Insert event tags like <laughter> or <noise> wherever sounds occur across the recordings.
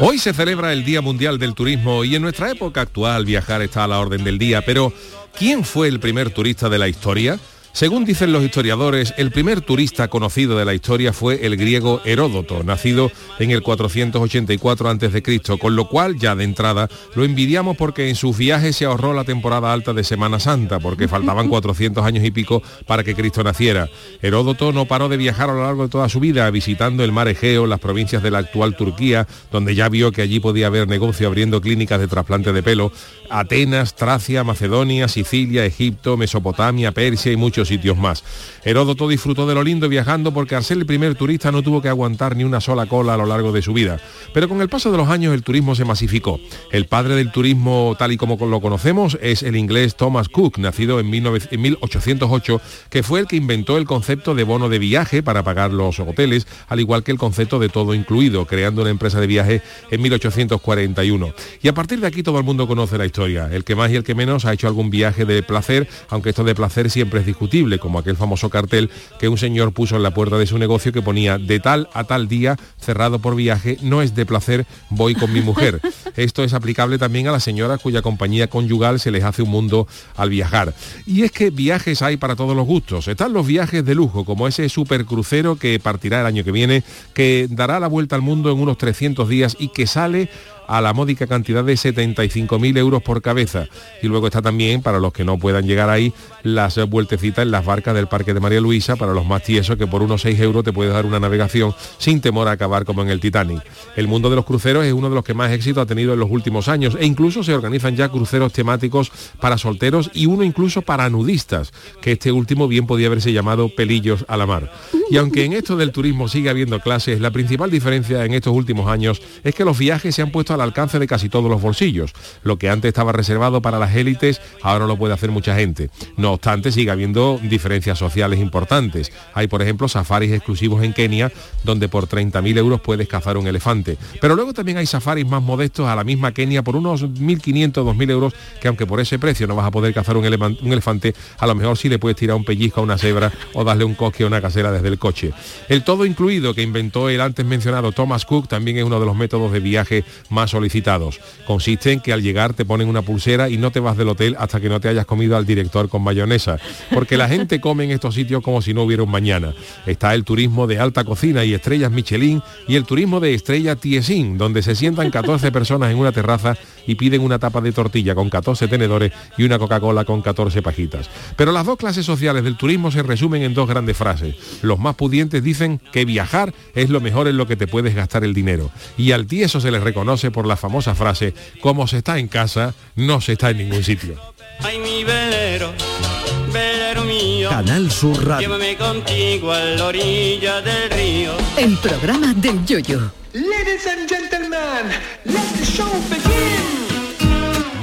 Hoy se celebra el Día Mundial del Turismo y en nuestra época actual viajar está a la orden del día, pero ¿quién fue el primer turista de la historia? Según dicen los historiadores, el primer turista conocido de la historia fue el griego Heródoto, nacido en el 484 a.C., con lo cual ya de entrada lo envidiamos porque en sus viajes se ahorró la temporada alta de Semana Santa, porque faltaban 400 años y pico para que Cristo naciera. Heródoto no paró de viajar a lo largo de toda su vida, visitando el mar Egeo, las provincias de la actual Turquía, donde ya vio que allí podía haber negocio abriendo clínicas de trasplante de pelo, Atenas, Tracia, Macedonia, Sicilia, Egipto, Mesopotamia, Persia y muchos sitios más. Heródoto disfrutó de lo lindo viajando porque al ser el primer turista no tuvo que aguantar ni una sola cola a lo largo de su vida. Pero con el paso de los años el turismo se masificó. El padre del turismo tal y como lo conocemos es el inglés Thomas Cook, nacido en 1808, que fue el que inventó el concepto de bono de viaje para pagar los hoteles, al igual que el concepto de todo incluido, creando una empresa de viaje en 1841. Y a partir de aquí todo el mundo conoce la historia el que más y el que menos ha hecho algún viaje de placer, aunque esto de placer siempre es discutible, como aquel famoso cartel que un señor puso en la puerta de su negocio que ponía de tal a tal día, cerrado por viaje, no es de placer, voy con mi mujer. Esto es aplicable también a las señoras cuya compañía conyugal se les hace un mundo al viajar. Y es que viajes hay para todos los gustos. Están los viajes de lujo, como ese supercrucero que partirá el año que viene, que dará la vuelta al mundo en unos 300 días y que sale a la módica cantidad de 75.000 euros por cabeza. Y luego está también, para los que no puedan llegar ahí, las vueltecitas en las barcas del Parque de María Luisa, para los más tiesos, que por unos 6 euros te puedes dar una navegación sin temor a acabar como en el Titanic. El mundo de los cruceros es uno de los que más éxito ha tenido en los últimos años e incluso se organizan ya cruceros temáticos para solteros y uno incluso para nudistas, que este último bien podía haberse llamado Pelillos a la Mar. Y aunque en esto del turismo sigue habiendo clases, la principal diferencia en estos últimos años es que los viajes se han puesto al alcance de casi todos los bolsillos. Lo que antes estaba reservado para las élites, ahora lo puede hacer mucha gente. No obstante, sigue habiendo diferencias sociales importantes. Hay, por ejemplo, safaris exclusivos en Kenia, donde por 30.000 euros puedes cazar un elefante. Pero luego también hay safaris más modestos a la misma Kenia por unos 1.500, 2.000 euros, que aunque por ese precio no vas a poder cazar un, un elefante, a lo mejor sí le puedes tirar un pellizco a una cebra o darle un cosque a una casera desde el coche. El todo incluido que inventó el antes mencionado Thomas Cook también es uno de los métodos de viaje más solicitados. Consiste en que al llegar te ponen una pulsera y no te vas del hotel hasta que no te hayas comido al director con mayonesa, porque la gente come en estos sitios como si no hubiera un mañana. Está el turismo de alta cocina y estrellas Michelin y el turismo de estrella Tiesin, donde se sientan 14 personas en una terraza y piden una tapa de tortilla con 14 tenedores y una Coca-Cola con 14 pajitas. Pero las dos clases sociales del turismo se resumen en dos grandes frases. Los más pudientes dicen que viajar es lo mejor en lo que te puedes gastar el dinero. Y al tieso se les reconoce por la famosa frase, como se está en casa, no se está en ningún sitio. Ay, mi velero, velero mío, Canal Sur Radio. llévame contigo a la orilla del río. El programa del yoyo. Ladies and gentlemen, let the show begin.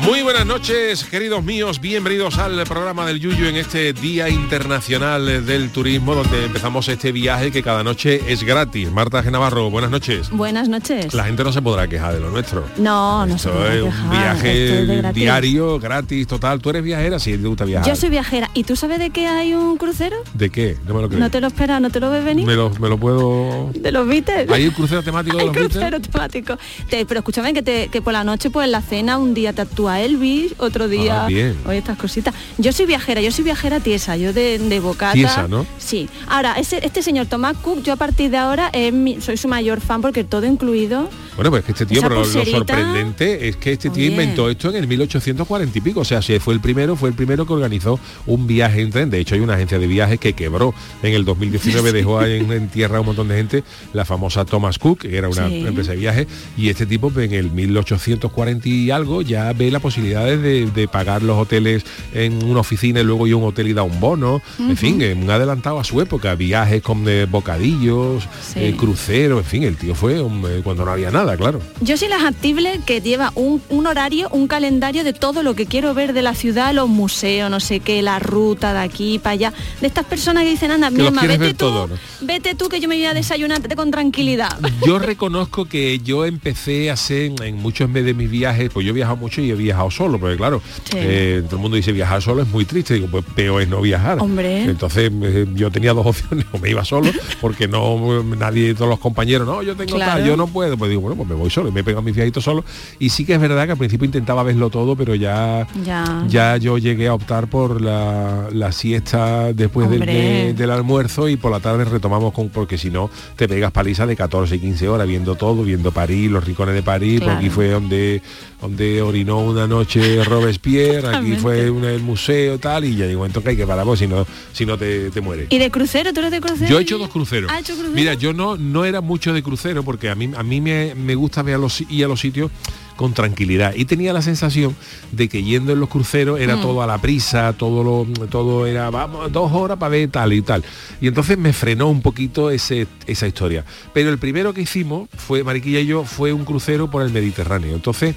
Muy buenas noches, queridos míos, bienvenidos al programa del Yuyu en este Día Internacional del Turismo, donde empezamos este viaje que cada noche es gratis. Marta G. Navarro, buenas noches. Buenas noches. La gente no se podrá quejar de lo nuestro. No, no se Esto podrá es un quejar, esto viaje es de gratis. diario, gratis, total. ¿Tú eres viajera? Sí, te gusta viajar. Yo soy viajera. ¿Y tú sabes de qué hay un crucero? ¿De qué? No me lo creo. No te lo esperas, no te lo ves venir. me, lo, me lo puedo... <laughs> ¿De los Beatles? ¿Hay <laughs> un crucero temático de Hay los crucero Beatles? temático. Te- pero escúchame que, te- que por la noche, pues en la cena, un día te actúa Elvis, otro día... Ah, bien. Oye, estas cositas. Yo soy viajera, yo soy viajera tiesa, yo de, de bocata. Tiesa, ¿no? Sí. Ahora, ese- este señor Tomás Cook, yo a partir de ahora es mi- soy su mayor fan porque todo incluido... Bueno, pues que este tío, Esa pero lo- lo pulserita. sorprendente es que este tío Oye. inventó esto en el 1840 y pico. O sea, si fue el primero, fue el primero que organizó un viaje en tren. De hecho, hay una agencia de viajes que quebró en el <laughs> 2019, dejó ahí en, en tierra a un montón de gente, la famosa Thomas Cook, que era una Sí. empresa de viajes, y este tipo pues, en el 1840 y algo ya ve las posibilidades de, de pagar los hoteles en una oficina y luego ir a un hotel y da un bono. En fin, eh, un adelantado a su época, viajes con eh, bocadillos, Sí. eh, cruceros, en fin, el tío fue un, eh, cuando no había nada nada, claro. Yo soy la factible que lleva un, un horario, un calendario de todo lo que quiero ver de la ciudad, los museos, no sé qué, la ruta de aquí para allá. De estas personas que dicen, anda, Que los misma, quieres vete ver tú, todo, ¿no? vete tú que yo me voy a desayunar vete con tranquilidad. <laughs> Yo reconozco que yo empecé a hacer en muchos meses de mis viajes, pues yo he viajado mucho y he viajado solo, porque claro, Sí. eh, todo el mundo dice viajar solo es muy triste, digo, pues peor es no viajar. Hombre. Entonces eh, yo tenía dos <laughs> opciones, o me iba solo, porque no eh, nadie, todos los compañeros, no, yo tengo Claro. tal, yo no puedo, pues digo, bueno, pues me voy solo, y me he pegado mis viajitos solo. Y sí que es verdad que al principio intentaba verlo todo, pero ya, Ya. ya yo llegué a optar por la, la siesta después del, Hombre. de- del almuerzo y por la tarde retomamos con porque si no te pegas paliza de 14 y 15 horas viendo todo, viendo París, los rincones de París, por Claro. aquí fue donde donde orinó una noche Robespierre, aquí Totalmente. fue una- el museo tal y ya digo, entonces que hay que parar pues, si no si no te, te mueres. ¿Y de crucero? ¿Tú eres de crucero? Yo he hecho dos cruceros. ¿Has hecho crucero? Mira, yo no, no era mucho de crucero porque a mí, a mí me, me gusta ver a los, ir a los sitios con tranquilidad. Y tenía la sensación de que yendo en los cruceros era Mm. todo a la prisa, todo lo, todo era, vamos, dos horas para ver tal y tal. Y entonces me frenó un poquito ese, esa historia. Pero el primero que hicimos fue, Mariquilla y yo, fue un crucero por el Mediterráneo. Entonces,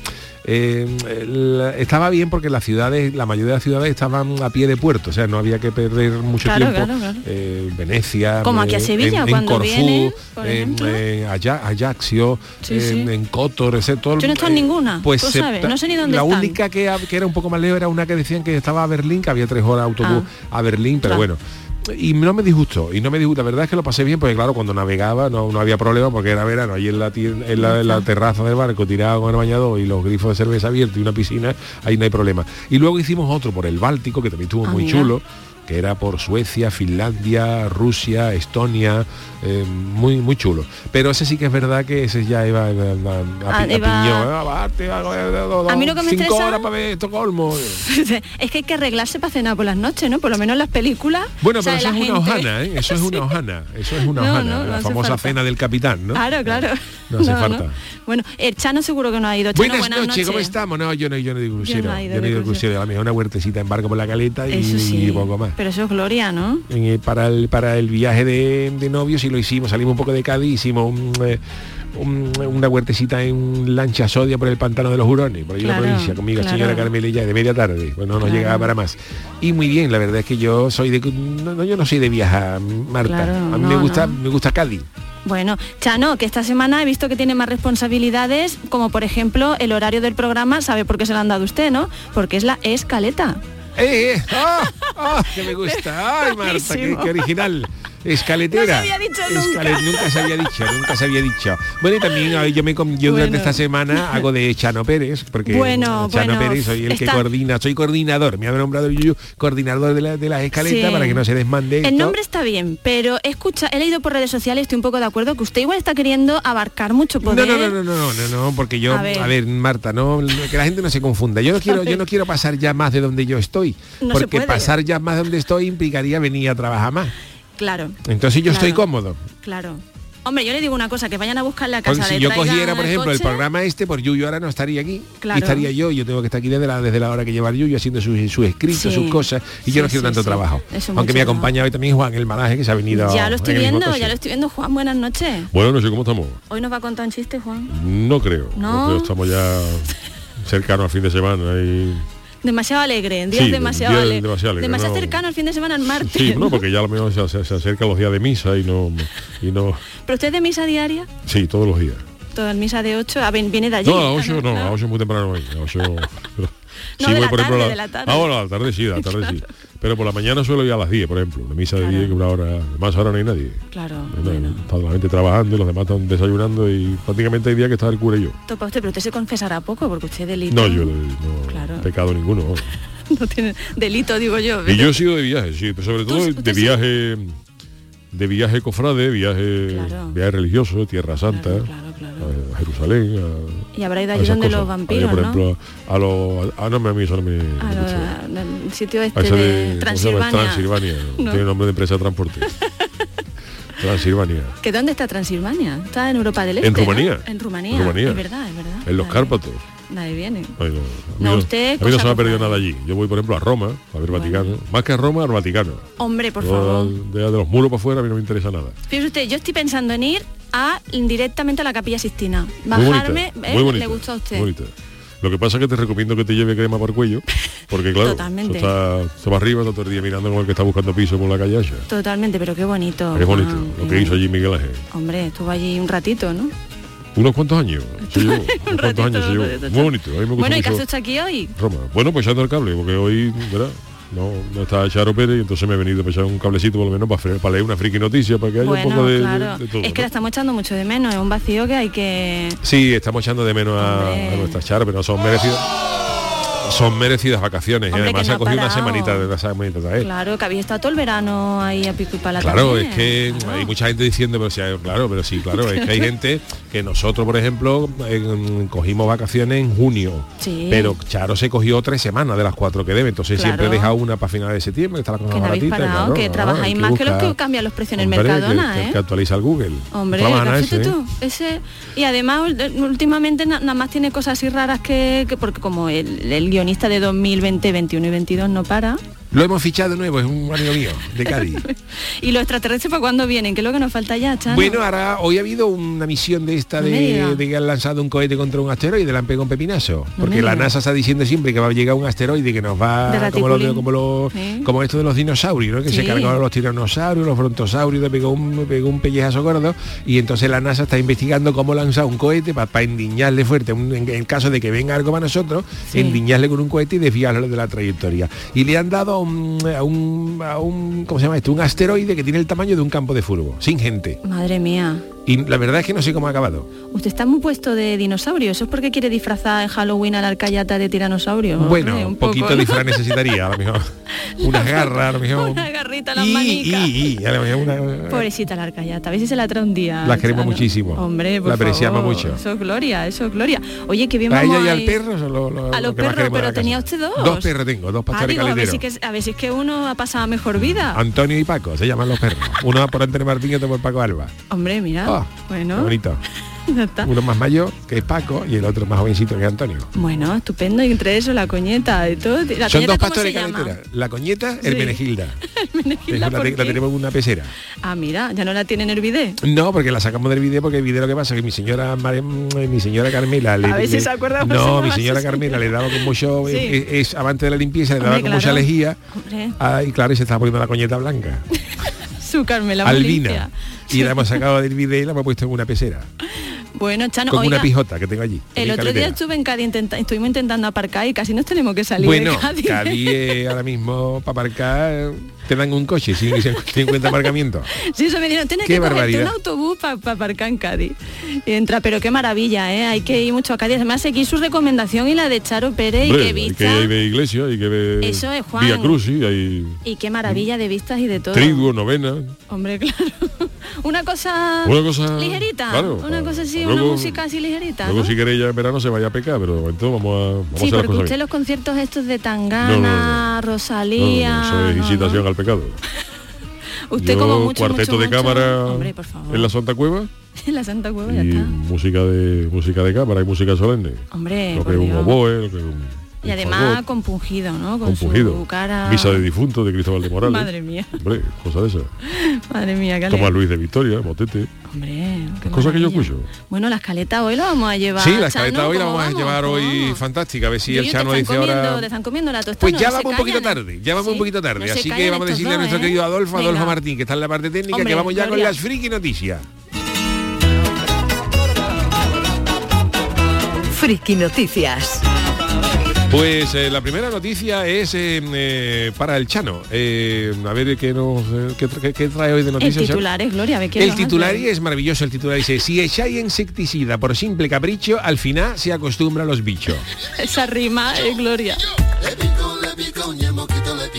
eh, el- estaba bien porque las ciudades, la mayoría de las ciudades estaban a pie de puerto, o sea, no había que perder mucho Claro, tiempo. claro, claro. eh, Venecia, Como aquí a eh, Sevilla, en, cuando en Corfú, viene, por en, ejemplo. eh, Aya- Ajaccio, Sí, en, sí. eh, en Cotor, etc. Todo, el- Yo no he estado en eh, ninguna, tú se- sabes, no sé ni dónde La están. única que, ha- que era un poco más lejos era una que decían que estaba a Berlín, que había tres horas de autobús a Berlín, pero Ah. bueno. Y no me disgustó, y no me disgustó, la verdad es que lo pasé bien, porque claro, cuando navegaba no, no había problema porque era verano, allí en la, tier- en la, en la terraza del barco, tirado con el bañador y los grifos de cerveza abiertos y una piscina, ahí no hay problema. Y luego hicimos otro por el Báltico, que también estuvo Ah, muy mira. chulo, que era por Suecia, Finlandia, Rusia, Estonia, eh, muy muy chulo. Pero ese sí que es verdad que ese ya iba, iba- iba- a, Ah, pi- a iba- piñón. Ah, bate, ah, eh, do- do- A mí lo que me cinco estresa- horas para ver Estocolmo. <laughs> es que hay que arreglarse para cenar por las noches, ¿no? Por lo menos en las películas. Bueno, o sea, pero eso es la una gente- hojana, ¿eh? Eso es una hojana, eso es una No, hojana, no, no la hace famosa falta. cena del capitán, <laughs> ¿no? Claro, claro. No hace No, no. falta. Bueno, el Chano seguro que no ha ido. Chano, Buenas, buenas, noches, ¿cómo estamos? No, yo no, yo no digo crucero. Yo no no he ido he de ido crucero. de crucero, a la mejor una huertecita en barco por la caleta y, Eso sí. y poco más. Pero eso es gloria, ¿no? eh, para el para el viaje de, de novios y lo hicimos salimos un poco de Cádiz hicimos un, eh, un- eh, una huertecita en lancha sodia por el pantano de los Hurones por ahí en Claro, la provincia conmigo claro. señora Carmelilla de media tarde bueno no Claro. llegaba para más y muy bien la verdad es que yo soy de no, no, yo no soy de viajar Marta Claro, a mí me no, gusta no. me gusta Cádiz Bueno, Chano, que esta semana he visto que tiene más responsabilidades, como por ejemplo el horario del programa, sabe por qué se lo han dado usted, ¿no? Porque es la escaleta. ¡Eh, eh! ¡Ah! ¡Ah! ¡Que me gusta! ¡Ay, Marta, qué, Buenísimo. qué original! Escaletera. No se había dicho nunca. nunca se había dicho, nunca se había dicho. Bueno, y también ay, yo, me, com- yo durante Bueno. esta semana hago de Chano Pérez, porque Bueno, eh, Chano bueno, Pérez soy el que está- coordina, soy coordinador, me ha nombrado yo coordinador de, la- de las escaletas Sí. para que no se desmande. El esto. nombre está bien, pero escucha, he leído por redes sociales, estoy un poco de acuerdo, que usted igual está queriendo abarcar mucho No, poder. no, no, no, no, no, no, porque yo, a A ver, ver. Marta, no, que la gente no se confunda. Yo no quiero, yo no quiero pasar ya más de donde yo estoy, No se porque puede. pasar ya más de donde estoy implicaría venir a trabajar más. Claro, Entonces yo estoy Claro. cómodo. claro. Hombre, yo le digo una cosa, que vayan a buscar la Porque casa si le yo traigan cogiera, por ejemplo, el coche. programa este, por Yuyu ahora no estaría aquí. Claro. Y estaría yo, y yo tengo que estar aquí desde la, desde la hora que lleva el Yuyu haciendo sus, sus escritos, Sí. sus cosas, y yo Sí, no quiero sí, tanto sí. trabajo. Eso es Aunque mucho me trabajo. acompaña hoy también Juan el Malaje, que se ha venido. Ya lo estoy en el mismo viendo, coche. ya lo estoy viendo. Juan, buenas noches. Bueno, no sé cómo estamos. Hoy nos va a contar un chiste, Juan. No creo. No. creo, estamos ya cercanos al fin de semana. Demasiado alegre, en días Sí, demasiado, días alegre. demasiado alegre, no. cercano al fin de semana, al martes. porque ya a lo mejor se, acercan los días de misa y no, y no. ¿Pero usted es de misa diaria? Sí, todos los días. Todo el misa de 8, viene de allí. Ah, No, a 8 no, a No. 8 muy temprano voy, A 8, pero, No, de la por tarde, a la- de la tarde. Ah, bueno, a la tarde sí, a la tarde <laughs> sí. Pero por la mañana suelo ir a las 10, por ejemplo. La misa de 10, que una hora... Más ahora no hay nadie. Claro, No, bueno. Está la gente trabajando y los demás están desayunando y prácticamente hay día que está el cura y yo. Topa usted, pero usted se confesará poco porque usted delito. No, yo eh, no Claro. pecado ninguno. vamos. <laughs> No tiene delito, digo yo. Y ¿verdad? yo he sido de viaje, sí, pero sobre todo usted de sí? viaje de viaje cofrade, viaje, Claro. viaje religioso, Tierra Santa, Claro, claro, claro. ¿eh? a Jerusalén, a, Y habrá ido a allí esas donde cosas. los vampiros, a mí, por ¿no? ejemplo, a los... A, ah, no, a mí eso no me, no A me lo- gusta. a- del sitio A este ese de, de- ¿cómo se llama? Transilvania. Transilvania. <laughs> No. Tiene nombre de empresa <laughs> de transporte. Transilvania. ¿Que dónde está Transilvania? Está en Europa del Este. En ¿no? Rumanía. En Rumanía. En Rumanía. Es verdad, es verdad. En los Nadie- Cárpatos. Nadie viene. Ay, no, a mí No, no- usted, a mí no cosa se me ha perdido local. nada allí. Yo voy, por ejemplo, a Roma, a ver Vaticano. Más que a Roma, al Vaticano. Hombre, por Yo, favor. De, de los muros para afuera a mí no me interesa nada. Fíjese usted, yo estoy pensando en ir a directamente a la Capilla Sistina. Muy bonita, Bajarme, eh, muy bonita, le gusta a usted. muy bonita. Lo que pasa es que te recomiendo que te lleve crema para el cuello, porque claro, eso Totalmente. está, se va arriba, está todo el día mirando como el que está buscando piso por la calle Asha. Totalmente, pero qué bonito. Qué bonito Juan, lo eh. que hizo allí Miguel Ángel. Hombre, estuvo allí un ratito, <laughs> ¿no? ¿Unos cuantos años? se <laughs> llevó, ¿Unos cuantos años se un llevó? ratito, Muy bonito, a mí me gustó Bueno, ¿y qué mucho hace usted aquí hoy? Roma. Bueno, pues echando el cable, porque hoy, ¿verdad? No, no está Charo Pérez, y entonces me he venido para echar un cablecito por lo menos para, fre- para leer una friki noticia, para que haya un Bueno, poco de, de- claro. de todo. es que ¿no? la estamos echando mucho de menos, es un vacío que hay que... Sí, estamos echando de menos a, Hombre. a nuestras Charo, pero son merecidas. Son merecidas vacaciones Hombre, y además que se no ha ha cogido una parado. semanita de una semanita de Claro, que habéis estado todo el verano ahí a pico y pala Eh. Claro, también. es que Claro. hay mucha gente diciendo, pero sí, claro, pero sí, claro, es que <laughs> hay gente que nosotros, por ejemplo, en- cogimos vacaciones en junio, Sí. pero Charo se cogió tres semanas de las cuatro que debe, entonces Claro. siempre deja una para finales de septiembre, está la cosa Que no más habéis baratita, parado, claro, que ah, trabajáis hay más que los buscar. que cambian los precios en el Hombre, que- Mercadona, que, ¿eh? que actualiza el Google. Hombre, Trabaja nada fíjate ese, ¿eh? tú, ese y además ul- eh, últimamente na- nada más tiene cosas así raras que, que- porque como el, el guionista de 2020, 21 y 22 no para <laughs> Lo hemos fichado de nuevo, es un amigo mío, de Cádiz. y los extraterrestres para cuándo vienen, que es lo que nos falta ya, Chano. Bueno, ahora hoy ha habido una misión de esta No me diga. de, de que han lanzado un cohete contra un asteroide, le han pegado un pepinazo. me porque la diga. NASA está diciendo siempre que va a llegar un asteroide que nos De va como, raticulín. lo- como, lo- Sí. como esto de los dinosaurios, ¿no? que Sí. se cargaron los tiranosaurios, los brontosaurios, le pegó un, le pegó un pellejazo gordo. Y entonces la NASA está investigando cómo lanzar un cohete para endiñarle fuerte. un- en, en caso de que venga algo para nosotros, Sí. endiñarle con un cohete y desviarlo de la trayectoria. Y le han dado a un, a un, a un- ¿cómo se llama esto? Un asteroide que tiene el tamaño de un campo de fútbol, sin gente. Madre mía, Y la verdad es que no sé cómo ha acabado. usted está muy puesto de dinosaurio, eso es porque quiere disfrazar en Halloween al alcayata de tiranosaurio. ¿no? bueno, Eh, un poquito poco, de ¿no? disfraz necesitaría, a lo mejor. Unas garras, a lo mejor. Una garrita en las Y- manicas. y- y, a lo mejor una- <laughs> Pobrecita la arcayata, a ver si se la trae un día. La queremos Chano. muchísimo. Hombre, por La apreciamos favor. mucho. Eso es gloria, eso es gloria. Oye, que bien A vamos ella y al ahí. perro son lo- lo- a lo los que perros, más queremos en la pero casa. tenía usted dos. Dos perros tengo, dos Ah, pastores digo, a, ver calideros. Ah. si que, a ver si es Ah. que uno ha pasado mejor vida. Antonio y Paco, se llaman los perros. Uno por Antonio Martín y otro por Paco Alba. Hombre, mira. Ah, qué bueno. Ah. bonito. <laughs> ya está. Uno más mayor que es Paco y el otro más jovencito que es Antonio. Bueno, estupendo. Y entre eso, la coñeta y todo. ¿La coñeta Son dos cómo se pastores llama? <laughs> caleteras. La coñeta, el Sí. <laughs> Menegilda. Menegilda, la, ¿por te- la qué? tenemos en una pecera. Ah, mira, ya no la tiene en el bidet. No, porque la sacamos del video porque el video lo que pasa es que mi señora Mare- mm, mi señora Carmela le, A ver si le- se acuerda cómo se No, llama mi su señora señora. Carmela le daba con mucho Sí. es, eh, es amante de la limpieza, le daba Hombre, con mucha claro. lejía. Hombre. Ah, y claro, y se estaba poniendo la coñeta blanca, Su Carmela muy albina. limpia. Y la hemos sacado del video y la hemos puesto en una pecera, <laughs> Bueno, Chano, con Ah, oiga, una pijota que tengo allí. que el tiene otro día caletera. estuve en Cádiz, intenta- estuvimos intentando aparcar y casi nos tenemos que salir de Bueno, Cádiz. Cádiz eh, ahora mismo para aparcar te dan un coche sin, <laughs> sin 50 aparcamientos. <laughs> Sí, eso me dijeron, tienes Qué que cogerte un barbaridad. autobús para aparcar en Cádiz. Y entra, pero qué maravilla, ¿eh? Hay que ir mucho a Cádiz. Además, seguí su recomendación y la de Charo Pérez y Hombre, que hay vista. que hay de iglesia, hay que ver Eso es, Juan. Vía Cruz, sí, hay Y qué maravilla de vistas y de todo. trigo, novena. Hombre, <laughs> claro. Una cosa, Una cosa- ligerita. claro, una para- cosa así, luego- una música así ligerita. Luego ¿no? si queréis ya en verano se vaya a pecar, pero de momento vamos a, vamos Sí, a hacer las porque cosas usted bien. los conciertos estos de Tangana, Rosalía... No, no, no, eso es no, no. incitación al pecado. Usted Yo, como mucho, cuarteto mucho, de mucho- cámara Hombre, por favor. en la Santa Cueva <laughs> En la Santa Cueva ya y está. música de música de cámara y música solemne. Hombre, lo que por es un Dios. oboe, lo que es un Y un además fagot, compungido, ¿no? Con compungido. su cara... Misa de difunto de Cristóbal de Morales. Madre mía. Hombre, cosa de esa. <laughs> Madre mía, qué Tomás alegría. Luis de Victoria, Botete. Hombre, qué Cosa que yo maravilla. escucho. Bueno, las caletas hoy las vamos a llevar. Sí, las Chano, caletas hoy las ¿cómo vamos a llevar ¿Cómo hoy vamos? fantástica, a ver si Yuyu, el te Chano están dice comiendo- ahora. Te están comiendo la tostada. Pues ya no se vamos un poquito callan, ¿eh? tarde, ya vamos Sí, un poquito no tarde, se así que callan vamos a estos decirle a dos, nuestro ¿eh? querido Adolfo, Venga. Adolfo Martín, que está en la parte técnica, Hombre, que vamos ya con Gloria. las friki noticias. Friki Noticias. Pues eh, la primera noticia es eh, eh, para el Chano. Eh, a ver eh, qué, nos, eh, qué, tra- qué- qué trae hoy de El noticias. Chano? titular es Gloria, a ver qué El nos hace. titular y es maravilloso, el titular dice, si echáis insecticida por simple capricho, al final se acostumbra a los bichos. Esa rima es Gloria.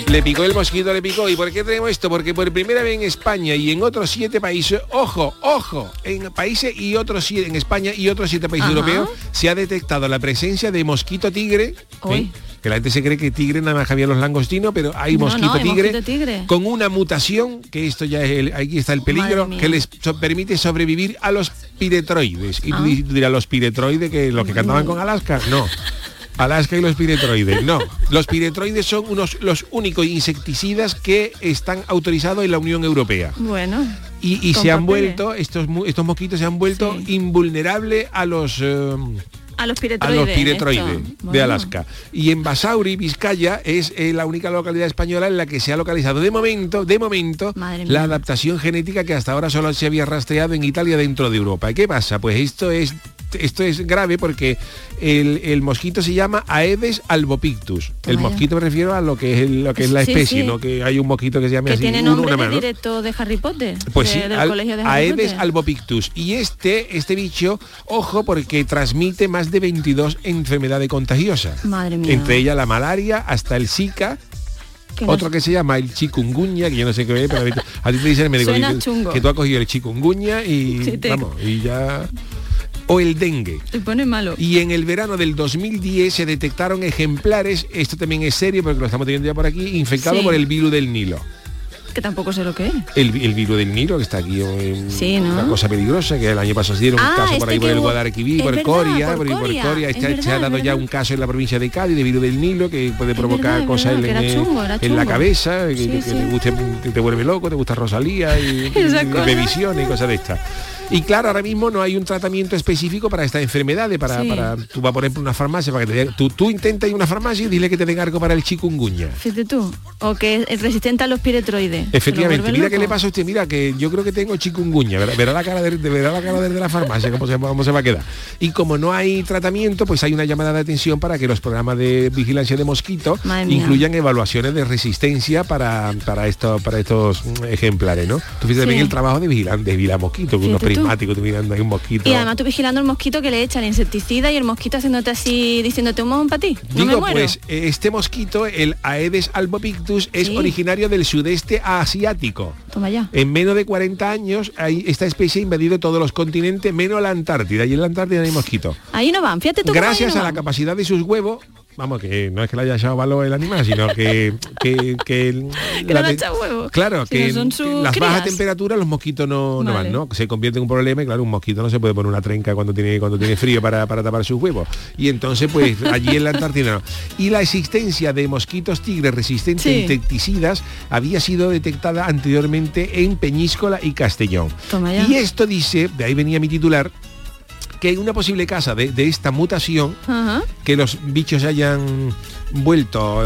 Le picó el mosquito, le picó. ¿Y por qué tenemos esto? Porque por primera vez en España y en otros siete países, ojo, ojo, en países y otros siete, en España y otros siete países Ajá. europeos, se ha detectado la presencia de mosquito tigre. Uy. Que la gente se cree que tigre nada más que había los langostinos, pero hay No, no, mosquito, hay tigre, mosquito tigre. con una mutación, que esto ya es el, aquí está el peligro, Madre mía. que les so- permite sobrevivir a los piretroides. Y tú di- tú dirás, los piretroides, que los que cantaban con Alaska, no. Alaska y los piretroides. No, los piretroides son unos los únicos insecticidas que están autorizados en la Unión Europea. Bueno, y, y Con se han papeles. vuelto, estos, mu- estos mosquitos se han vuelto invulnerables a los... eh, A los a piretroides. los piretroides esto. de Bueno. Alaska. Y en Basauri, Vizcaya, es eh, la única localidad española en la que se ha localizado de momento, de momento, Madre mía. la adaptación genética que hasta ahora solo se había rastreado en Italia dentro de Europa. ¿Y qué pasa? Pues esto es esto es grave porque el, el mosquito se llama Aedes albopictus. El Vaya. mosquito me refiero a lo que es el- lo que es la Sí, especie, sí. no que hay un mosquito que se llama Que así. tiene uno, nombre una de mano. directo de Harry Potter. Pues de- sí, del al- colegio de Harry Aedes Potter. albopictus. Y este, este bicho, ojo, porque transmite más de 22 enfermedades contagiosas. Madre mía. Entre ellas la malaria, hasta el Zika. Que no- Otro que se llama el chikungunya, que yo no sé qué es, pero a ti- a ti te dice el médico Suena que, chungo. que tú has cogido el chikungunya y <laughs> Sí, te- vamos, y ya o el dengue. Te pone malo. Y en el verano del 2010 se detectaron ejemplares, esto también es serio porque lo estamos teniendo ya por aquí, infectado Sí. por el virus del Nilo. Que tampoco sé lo que es. El, el virus del Nilo, que está aquí en- Sí, ¿no? una cosa peligrosa, que el año pasado se dieron Ah, un caso por este ahí por que el hubo- Guadalquivir, es por verdad, Coria, por por, ahí por Coria, Coria, es está- se verdad, ha es dado ya verdad. un caso en la provincia de Cádiz de virus del Nilo que puede provocar verdad, es cosas verdad, en, que era el- chungo, era en la chungo. cabeza, que, Sí, que sí. te guste, te, te vuelve loco, te gusta <laughs> Rosalía y, Esa y cosa. Venevisión y cosas de estas. Y claro, ahora mismo no hay un tratamiento específico para esta enfermedad. de Para, Sí. para- tú vas, por ejemplo, a una farmacia, para que te den- tú, tú intenta ir a una farmacia y dile que te den algo para el chikungunya. Fíjate tú. O que es resistente a los piretroides. Efectivamente, Te lo vuelve mira qué le loco. pasa a usted, mira que yo creo que tengo chikungunya, verá, verá la cara del- de, verá la cara del de la farmacia, cómo se, cómo se va a quedar. Y como no hay tratamiento, pues hay una llamada de atención para que los programas de vigilancia de mosquito Madre mía. incluyan evaluaciones de resistencia para, para, esto, para estos mm, ejemplares, ¿no? Tú fíjate Sí. bien el trabajo de vigilar, de vigilar mosquitos, con unos Fíjate tú. prismáticos, tú mirando ahí un mosquito. Y además tú vigilando el mosquito que le echan insecticida y el mosquito haciéndote así, diciéndote un mojón para ti. No me Digo muero. pues, este mosquito, el Aedes albopictus, es Sí. originario del sudeste asiático. Toma ya. En menos de 40 años, hay- esta especie ha invadido todos los continentes, menos la Antártida. Y en la Antártida no hay mosquito. Ahí no van, fíjate tú. cómo ahí Gracias no a la van. capacidad de sus huevos, vamos, que no es que le haya echado valor el animal, sino que... que, <laughs> que el- Que la no le te- echa huevos, Claro, sino que, son que sus las bajas crías. temperaturas los mosquitos no, no Vale. van, ¿no? Se convierte en un problema y claro, un mosquito no se puede poner una trenca cuando tiene, cuando tiene frío para, para tapar sus huevos. Y entonces, <laughs> pues, allí en la Antártida no. Y la existencia de mosquitos tigres resistentes Sí. a insecticidas había sido detectada anteriormente en Peñíscola y Castellón. Toma ya. Y esto dice, de ahí venía mi titular, que hay una posible casa de, de esta mutación Ajá. que los bichos hayan vuelto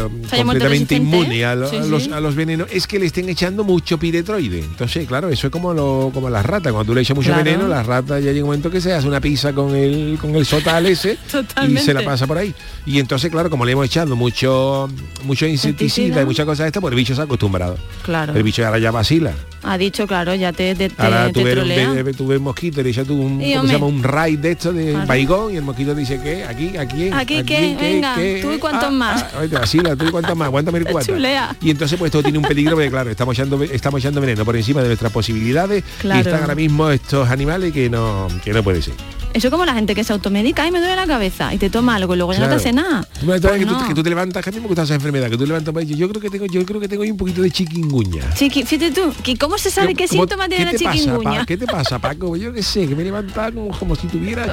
Se eh, hayan vuelto completamente resistentes. inmunes a, lo- Sí, a los, sí. a los venenos es que le estén echando mucho piretroide entonces claro eso es como lo, como las ratas cuando tú le echas mucho Claro. veneno las ratas ya llega un momento que se hace una pizza con el con el <laughs> sotal ese y se Totalmente. la pasa por ahí y entonces claro como le hemos echado mucho mucho insecticida Insecticida. y muchas cosas de estas pues el bicho se ha acostumbrado Claro. el bicho ahora ya vacila Ha dicho, claro, ya te, te, te- Ahora te tú ves, trolea. ves- ves- tú ves mosquito y le echas tú un, Y, ¿cómo hombre. se llama? un raid de esto de Claro. baigón y el mosquito dice que aquí, aquí, Ah, Aquí, ¿qué? Venga, tú y cuántos más. oye, te vacila, tú y cuántos más, aguántame el Te <laughs> cuatro. chulea. Y entonces pues todo tiene un peligro porque claro, estamos echando, ve- estamos echando veneno por encima de nuestras posibilidades Claro. y están ahora mismo estos animales que no, que no puede ser. Eso como la gente que se automedica y me duele la cabeza y te toma algo y luego ya Pues no Claro. te hace nada. Tú me- Pues tú sabes que, tú, no. que tú te levantas, que a mí me gusta esa enfermedad, que tú levantas y dices, yo creo que tengo, yo creo que tengo ahí un poquito de chiquinguña. Chiqui- fíjate tú, que ¿cómo se sabe qué ¿Cómo- síntomas tiene la ¿qué te pasa, chiquinguña? Pa- ¿Qué te pasa, Paco? Yo qué sé, que me he levantado como, como si tuviera Ah,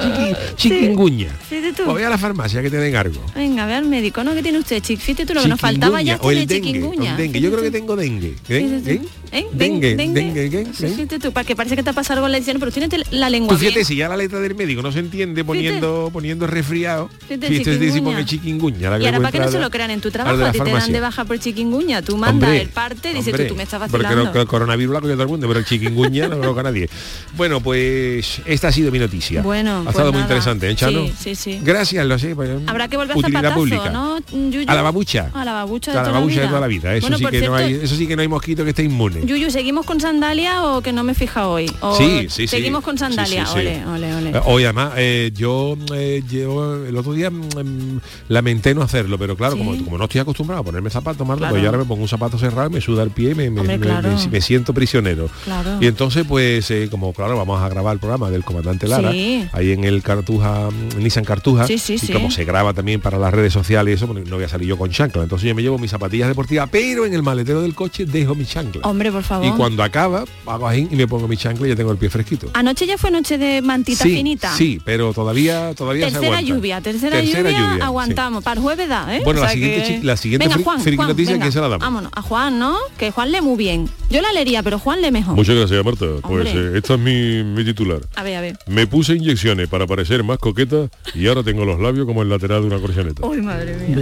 chiqui, chiquinguña. Fíjate tú. Pues ve a la farmacia que te den algo. Venga, ve al médico, ¿no? ¿Qué tiene usted? Chiqui- Fíjate tú, lo que nos faltaba ya Chikungunya, o es el de dengue, chiquinguña. o dengue. Yo creo que tengo dengue. ¿Eh? Fíjate tú. ¿Eh? ¿Eh? Dengue, dengue. dengue, ¿eh? Sí, ¿Eh? fíjate tú, para que parece que te ha pasado algo en la edición, pero tienes la lengua Tú fíjate, bien. si ya la letra del médico no se entiende poniendo poniendo resfriado, Fíjate, fíjate "Pues si chikungunya. pone chiquinguña. Y ahora para que no se lo crean en tu trabajo, a ti te dan de baja por chiquinguña, tú mandas el parte, dices tú, tú me estás vacilando. Porque el coronavirus lo ha cogido todo el mundo, pero el chiquinguña no lo conoce nadie. Bueno, pues esta ha sido mi noticia. Bueno, Ha pues estado muy nada. interesante, ¿eh, Chano? Sí, sí, sí. Gracias, lo sé. pues, Habrá que volver a utilidad zapatazo, pública. ¿no, Yuyu? A la babucha. A la babucha A de la toda la babucha de vida. toda la vida. Eso, Bueno, sí por que no hay, cierto- eso sí que no hay mosquito que esté inmune. Yuyu, ¿seguimos con sandalia o que no me fija hoy? O Sí, sí, sí. Seguimos con Sí, sí, sandalia. sí. Ole, ole, ole. Eh, Hoy además, eh, yo, eh, yo el otro día mm, lamenté no hacerlo, pero claro, Sí. como, como no estoy acostumbrado a ponerme zapatos, Marta, Claro. pues yo ahora me pongo un zapato cerrado y me suda el pie, me, me- Hombre, me- claro. me- me siento prisionero. Claro. Y entonces, pues, eh, como claro, vamos a grabar el programa del comandante Lara, Sí. ahí en el Cartuja, mm, Nissan Cartuja, Sí, sí, y sí. como se graba también para las redes sociales, y pues, eso, porque no voy a salir yo con chancla, entonces yo me llevo mis zapatillas deportivas, pero en el maletero del coche dejo mis chanclas. Hombre, Hombre, por favor. Y cuando acaba, hago ahí y me pongo mi chancla y ya tengo el pie fresquito. Anoche ya fue noche de mantita sí, finita. sí, pero todavía, todavía se Tercera aguanta. lluvia, tercera, lluvia, aguantamos. Para el jueves da, ¿eh? Bueno, la siguiente chi- la siguiente Venga, fric- Juan, friki Juan, noticia, venga. ¿quién se la damos? Vámonos, a Juan, ¿no? Que Juan lee muy bien. Yo la leería, pero Juan lee mejor. Muchas gracias, Marta. Pues Hombre. eh, esta es mi, mi titular. A ver, a ver. Me puse inyecciones para parecer más coqueta y ahora tengo los labios como el lateral de una corchaneta. Uy, madre mía.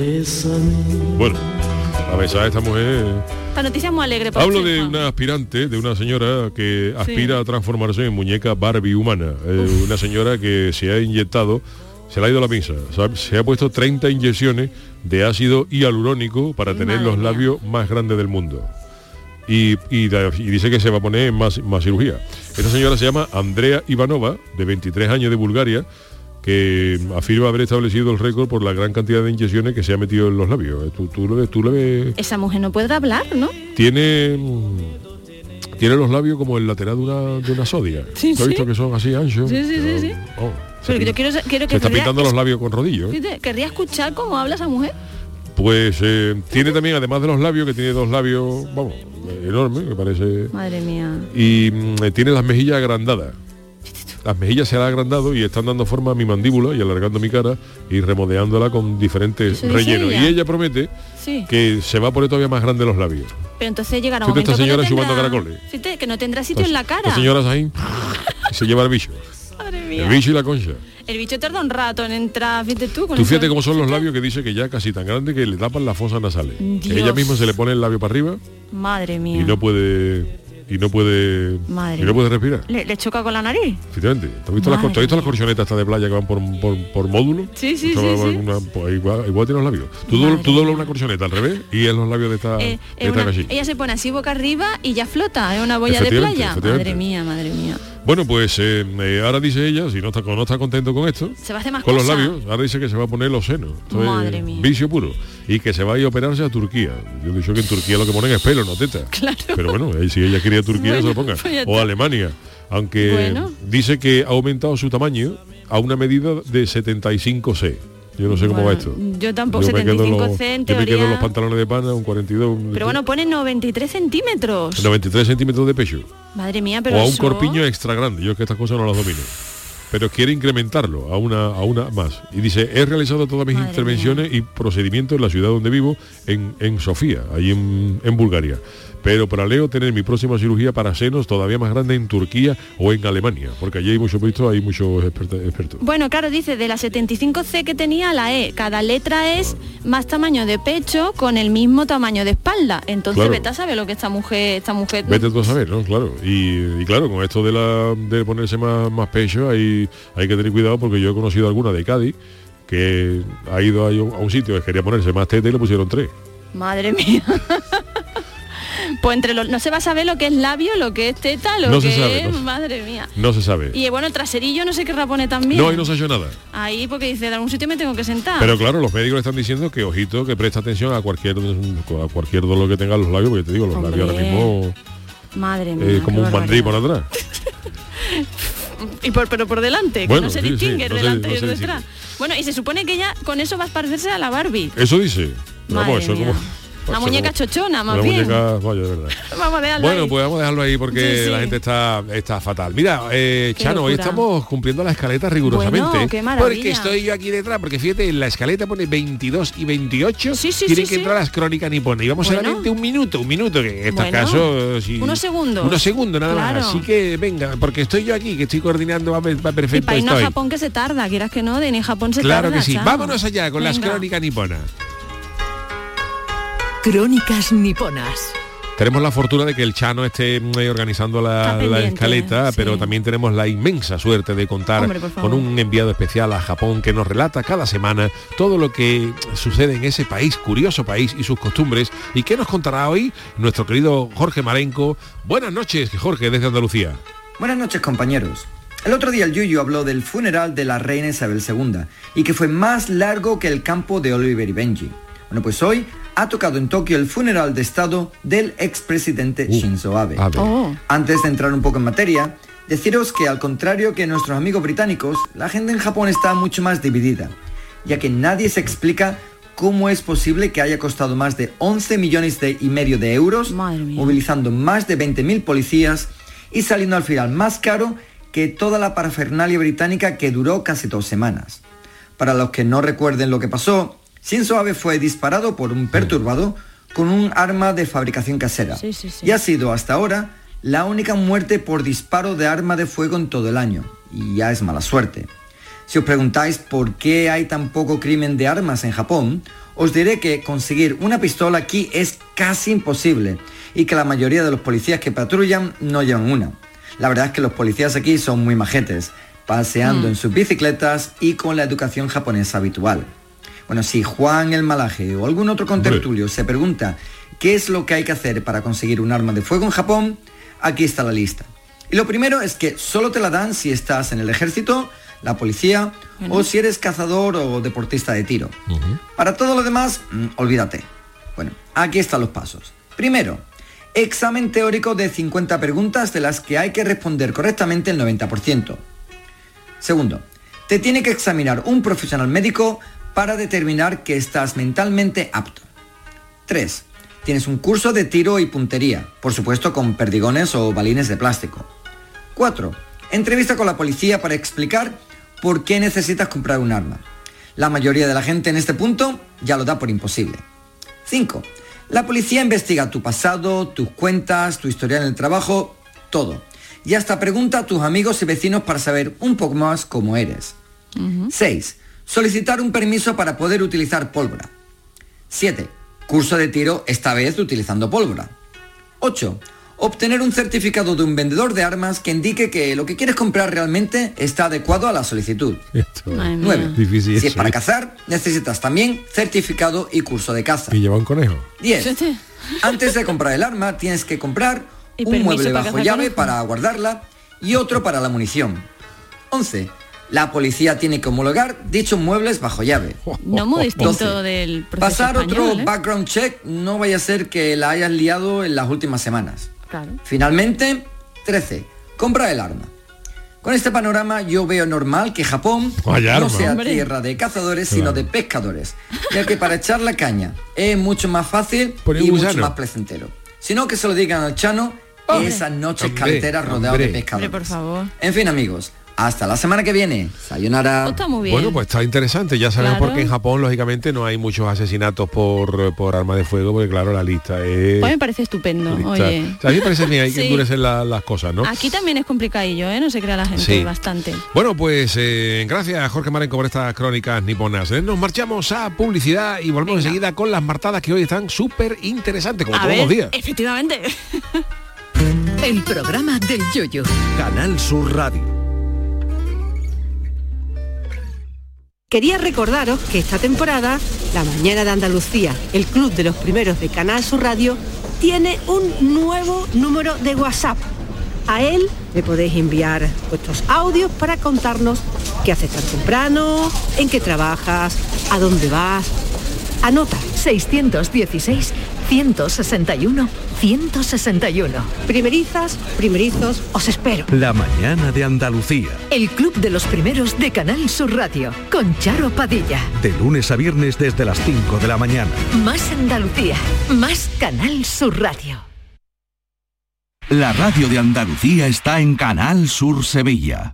Bueno, a besar a esta mujer. Esta noticia es muy alegre. por Hablo ser de Juan. una aspirante, de una señora que aspira a transformarse en muñeca Barbie humana. Eh, una señora que se ha inyectado, se le ha ido la pinza, ¿sabe? se ha puesto 30 inyecciones de ácido hialurónico para tener Madre los mía. labios más grandes del mundo. Y, y da- y dice que se va a poner más, más cirugía. Esta señora se llama Andrea Ivanova, de 23 años de Bulgaria, que afirma haber establecido el récord por la gran cantidad de inyecciones que se ha metido en los labios. Eh, Tú, tú, le ves- tú le ves Esa mujer no puede hablar, ¿no? tiene mm, tiene los labios como el lateral de una, de una sodia. Sí, ¿Tú has visto sí. que son así anchos? Sí, sí, sí, Pero, sí. oh, se Pero yo pinta- quiero, sa- quiero que se está querría- pintando los labios con rodillos. ¿eh? Fíjate, Querría escuchar cómo habla esa mujer. Pues eh, tiene también, además de los labios, que tiene dos labios, vamos, eh, enormes, me parece. Madre mía. Y mm, eh, tiene las mejillas agrandadas. Las mejillas se han agrandado y están dando forma a mi mandíbula y alargando mi cara y remodeándola con diferentes Eso dice rellenos. ella. Y ella promete Sí. que se va a poner todavía más grande los labios. Pero entonces llegará un momento Fíjate esta que no señora chupando tendrá- caracoles. Fíjate, que no tendrá sitio en la cara. La señora <laughs> ahí y se lleva el bicho. Madre El mía. bicho y la concha. El bicho tarda un rato en entrar, fíjate tú. Con Tú eso- fíjate cómo son los labios que dice que ya casi tan grande que le tapan las fosas nasales. Dios. Ella misma se le pone el labio para arriba Madre mía. y no puede y no puede Madre y no mía. puede respirar. ¿Le, le choca con la nariz? Efectivamente. ¿Tú has visto, las, Madre cor- tú has visto las corchonetas estas de playa que van por, por, por módulo? Sí, sí, Eso sí, va- va sí. una- pues igual, igual tiene los labios. Tú, Madre dobl- tú doblas una corchoneta al revés y es los labios de esta, Eh, de es esta una- cachilla. ella se pone así boca arriba y ya flota, es una boya de Efectivamente, playa. efectivamente. Madre mía, madre mía. Bueno, pues eh, eh, ahora dice ella, si no está, no está contento con esto, Se va a hacer más con los cosas. labios, ahora dice que se va a poner los senos. Esto Madre es mía. Vicio puro. Y que se va a ir a operarse a Turquía. Yo he dicho que en Turquía lo que ponen es pelo, no teta. Claro. Pero bueno, ahí si ella quería Turquía, Bueno, se lo ponga. pues ya o está. Alemania. Aunque Bueno. dice que ha aumentado su tamaño a una medida de 75C. Yo no sé cómo va Bueno, esto. yo tampoco, me quedo 75C en Yo me quedo en teoría. los pantalones de pana, un 42, un Pero bueno, pone 93 centímetros. 93 centímetros de pecho Madre mía, pero o a un eso- corpiño extra grande. Yo es que estas cosas no las domino. Pero quiere incrementarlo a una, a una más. Y dice, he realizado todas mis Madre intervenciones y procedimientos en la ciudad donde vivo, en, en Sofía, ahí en, en Bulgaria. Pero planeo tener mi próxima cirugía para senos todavía más grande en Turquía o en Alemania, porque allí hay muchos vistos, hay muchos experta- expertos. Bueno, claro, dice de la 75C que tenía la E, cada letra es más tamaño de pecho con el mismo tamaño de espalda. Entonces Claro. vete a saber lo que esta mujer, esta mujer. Vete tú a saber, ¿no? Claro. Y, y claro, con esto de, la, de ponerse más, más pecho hay, hay que tener cuidado porque yo he conocido alguna de Cádiz que ha ido a, un- a un sitio que quería ponerse más teta y le pusieron tres. Madre mía. <laughs> pues entre los. No se va a saber lo que es labio, lo que es teta, lo No que se sabe, es. no se- Madre mía. No se sabe. Y eh, bueno, el traserillo no sé qué rapone también. No, y no se ha hecho nada. Ahí porque dice, de algún sitio me tengo que sentar. Pero claro, los médicos le están diciendo que ojito, que presta atención a cualquier a cualquier dolor que tengan los labios, porque te digo, los Hombre. labios ahora mismo Madre es mía. qué eh, como un mandril barbaridad. por atrás. Y por, pero por delante, que Bueno, no se sí, sí, distingue el no se- delante no y se el detrás. Bueno, y se supone que ya con eso vas a parecerse a la Barbie. Eso dice. Pero Madre vamos, pues eso es mía. como- Una eso muñeca como- chochona, más una bien. muñeca- vaya, de verdad. Vamos a dejarlo Bueno, ahí. pues vamos a dejarlo ahí porque Sí, sí. la gente está, está fatal. Mira, eh, Qué Chano, hoy locura. estamos cumpliendo la escaleta rigurosamente. Bueno, qué maravilla. Porque estoy yo aquí detrás, porque fíjate, en la escaleta pone 22 y 28, Sí, sí, tienen sí, que sí. entrar las crónicas niponas. Y vamos Bueno. solamente un minuto, un minuto, que en estos Bueno. casos... sí. Unos segundos. Unos segundos nada Claro. más. Así que venga, porque estoy yo aquí, que estoy coordinando, va, va Y perfecto. para irnos a estoy. Japón que se tarda, quieras que no, de ni Japón se tarda. Claro que sí. chao. Vámonos allá con las Venga. crónicas niponas. Crónicas niponas. Tenemos la fortuna de que el Chano esté mm, eh, organizando Está la, la pendiente, escaleta, sí. pero también tenemos la inmensa suerte de contar Hombre, por favor. con un enviado especial a Japón que nos relata cada semana todo lo que sucede en ese país, curioso país y sus costumbres. ¿Y qué nos contará hoy nuestro querido Jorge Marenco? Buenas noches, Jorge, desde Andalucía. Buenas noches compañeros. El otro día el Yuyu habló del funeral de la reina Isabel II y que fue más largo que el campo de Oliver y Benji. Bueno, pues hoy ha tocado en Tokio el funeral de Estado del expresidente Shinzo Abe. a ver. Oh, Antes de entrar un poco en materia, deciros que al contrario que nuestros amigos británicos, la gente en Japón está mucho más dividida, ya que nadie se explica cómo es posible que haya costado más de 11 millones de- y medio de euros, Madre mía. movilizando más de 20.000 policías y saliendo al final más caro que toda la parafernalia británica que duró casi dos semanas. Para los que no recuerden lo que pasó, Shinzo Abe fue disparado por un perturbado con un arma de fabricación casera Sí, sí, sí. y ha sido hasta ahora la única muerte por disparo de arma de fuego en todo el año. Y ya es mala suerte. Si os preguntáis por qué hay tan poco crimen de armas en Japón, os diré que conseguir una pistola aquí es casi imposible y que la mayoría de los policías que patrullan no llevan una. La verdad es que los policías aquí son muy majetes, paseando en sus bicicletas y con la educación japonesa habitual. Bueno, si Juan el Malaje o algún otro contertulio se pregunta qué es lo que hay que hacer para conseguir un arma de fuego en Japón, aquí está la lista. Y lo primero es que solo te la dan si estás en el ejército, la policía o si eres cazador o deportista de tiro. Para todo lo demás, mm, olvídate. Bueno, aquí están los pasos. Primero, examen teórico de 50 preguntas de las que hay que responder correctamente el 90%. Segundo, te tiene que examinar un profesional médico para determinar que estás mentalmente apto. 3. Tienes un curso de tiro y puntería, por supuesto con perdigones o balines de plástico. 4. Entrevista con la policía para explicar por qué necesitas comprar un arma. La mayoría de la gente en este punto ya lo da por imposible. 5. La policía investiga tu pasado, tus cuentas, tu historial en el trabajo, todo. Y hasta pregunta a tus amigos y vecinos para saber un poco más cómo eres. 6. Solicitar un permiso para poder utilizar pólvora. 7. Curso de tiro, esta vez utilizando pólvora. 8. Obtener un certificado de un vendedor de armas que indique que lo que quieres comprar realmente está adecuado a la solicitud. Esto, Madre mía. 9. Difícil si es eso, para ¿eh? cazar, necesitas también certificado y curso de caza. Y lleva un conejo. 10. Fíjate. Antes de comprar el arma, tienes que comprar Y un permiso mueble para bajo cazar llave conejos. para guardarla y otro para la munición. 11. La policía tiene que homologar dichos muebles bajo llave. No Oh, muy distinto 12. del proceso Pasar español, otro ¿eh? background check no vaya a ser que la hayas liado en las últimas semanas. Claro. Finalmente, 13. Compra el arma. Con este panorama yo veo normal que Japón Oh, Vaya no arma. sea Hombre. tierra de cazadores, sino de pescadores, ya que para echar la caña es mucho más fácil Poner y un mucho gusano. más placentero. Sino que se lo digan al Chano esas noches Hombre, caleteras rodeadas de hombre. pescadores. Hombre, por favor. En fin, amigos, hasta la semana que viene. Pues Sayonara. está muy bien. Bueno, pues está interesante. Ya sabemos Claro. por qué en Japón, lógicamente, no hay muchos asesinatos por, por arma de fuego, porque claro, la lista eh, es... Pues me parece estupendo. lista. Oye. O sea, a mí me parece bien, hay que Sí. endurecer la- las cosas, ¿no? Aquí también es complicadillo, ¿eh? No se crea la gente Sí. bastante. Bueno, pues eh, gracias Jorge Marenco por estas crónicas niponas. Eh, Nos marchamos a publicidad y volvemos enseguida con las martadas que hoy están súper interesantes, como A todos ver, los días. efectivamente. <laughs> El programa del yoyo. Canal Sur Radio. Quería recordaros que esta temporada, La Mañana de Andalucía, el club de los primeros de Canal Sur Radio, tiene un nuevo número de WhatsApp. A él le podéis enviar vuestros audios para contarnos qué haces tan temprano, en qué trabajas, a dónde vas. Anota, 616 161 161. primerizas, primerizos, os espero. La mañana de Andalucía. El club de los primeros de Canal Sur Radio con Charo Padilla. De lunes a viernes desde las 5 de la mañana. Más Andalucía, más Canal Sur Radio. La radio de Andalucía está en Canal Sur Sevilla.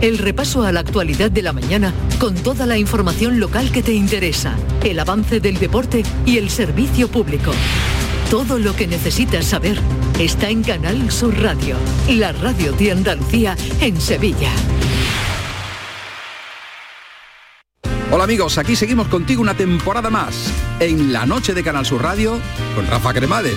El repaso a la actualidad de la mañana con toda la información local que te interesa, el avance del deporte y el servicio público. Todo lo que necesitas saber está en Canal Sur Radio, la radio de Andalucía en Sevilla. Hola Hola amigos, aquí seguimos contigo una temporada más en la noche de Canal Sur Radio con Rafa Cremades.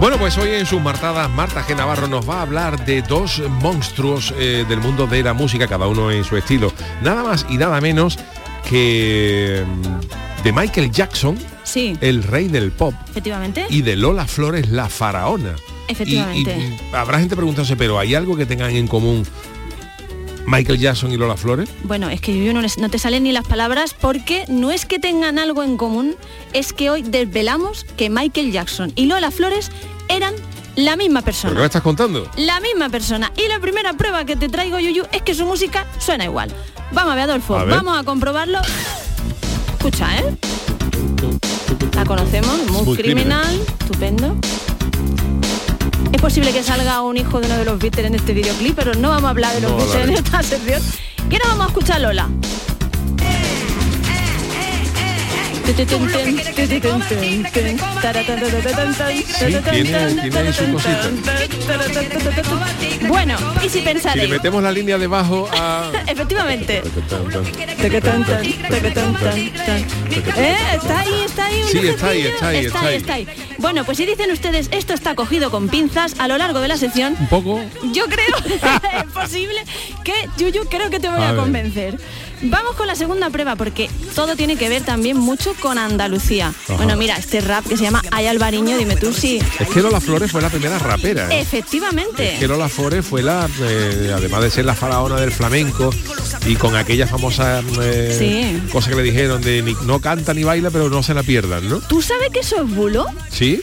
Bueno, pues hoy en sus martadas, Marta G. Navarro nos va a hablar de dos monstruos eh, del mundo de la música, cada uno en su estilo. Nada más y nada menos que mm, de Michael Jackson, Sí, Eh, el rey del pop, efectivamente. y de Lola Flores, la faraona. Y- y- Efectivamente. y habrá gente preguntándose, pero ¿hay algo que tengan en común Michael Jackson y Lola Flores? Bueno, es que yo no, les- no te salen ni las palabras porque no es que tengan algo en común, es que hoy desvelamos que Michael Jackson y Lola Flores eran la misma ¿Pero qué me persona. estás contando? La misma persona. Y la primera prueba que te traigo, Yuyu, es que su música suena igual. Vamos a ver, Adolfo, A ver. vamos a comprobarlo. Escucha, ¿eh? La conocemos, muy, Muy criminal, criminal. estupendo. Es posible que salga un hijo de uno de los Beatles en este videoclip, pero no vamos a hablar de los No Beatles en hablaremos. esta sección. Y ahora vamos a escuchar Lola. Bueno, y si Si le pensaréis, metemos la línea debajo a... efectivamente. Eh, Está ahí, está ahí. un Sí, está ahí, ejercicio. está ahí, está ahí. está ahí. Bueno, pues si dicen ustedes, esto está cogido con pinzas a lo largo de la sección, Un poco... yo creo, es posible que Yuyu, creo que te voy A a, ver. convencer. Vamos con la segunda prueba porque todo tiene que ver también mucho con Andalucía. Ajá. Bueno, mira, este rap que se llama Ay Albariño, dime tú si... Es que Lola Flores fue la primera rapera. Este. ¿eh? Efectivamente. que Lola Flores fue la, eh, además de ser la faraona del flamenco y con aquella famosa eh, Sí. cosa que le dijeron de ni- no canta ni baila, pero no se la pierdan, ¿no? ¿Tú sabes que eso es bulo? Sí,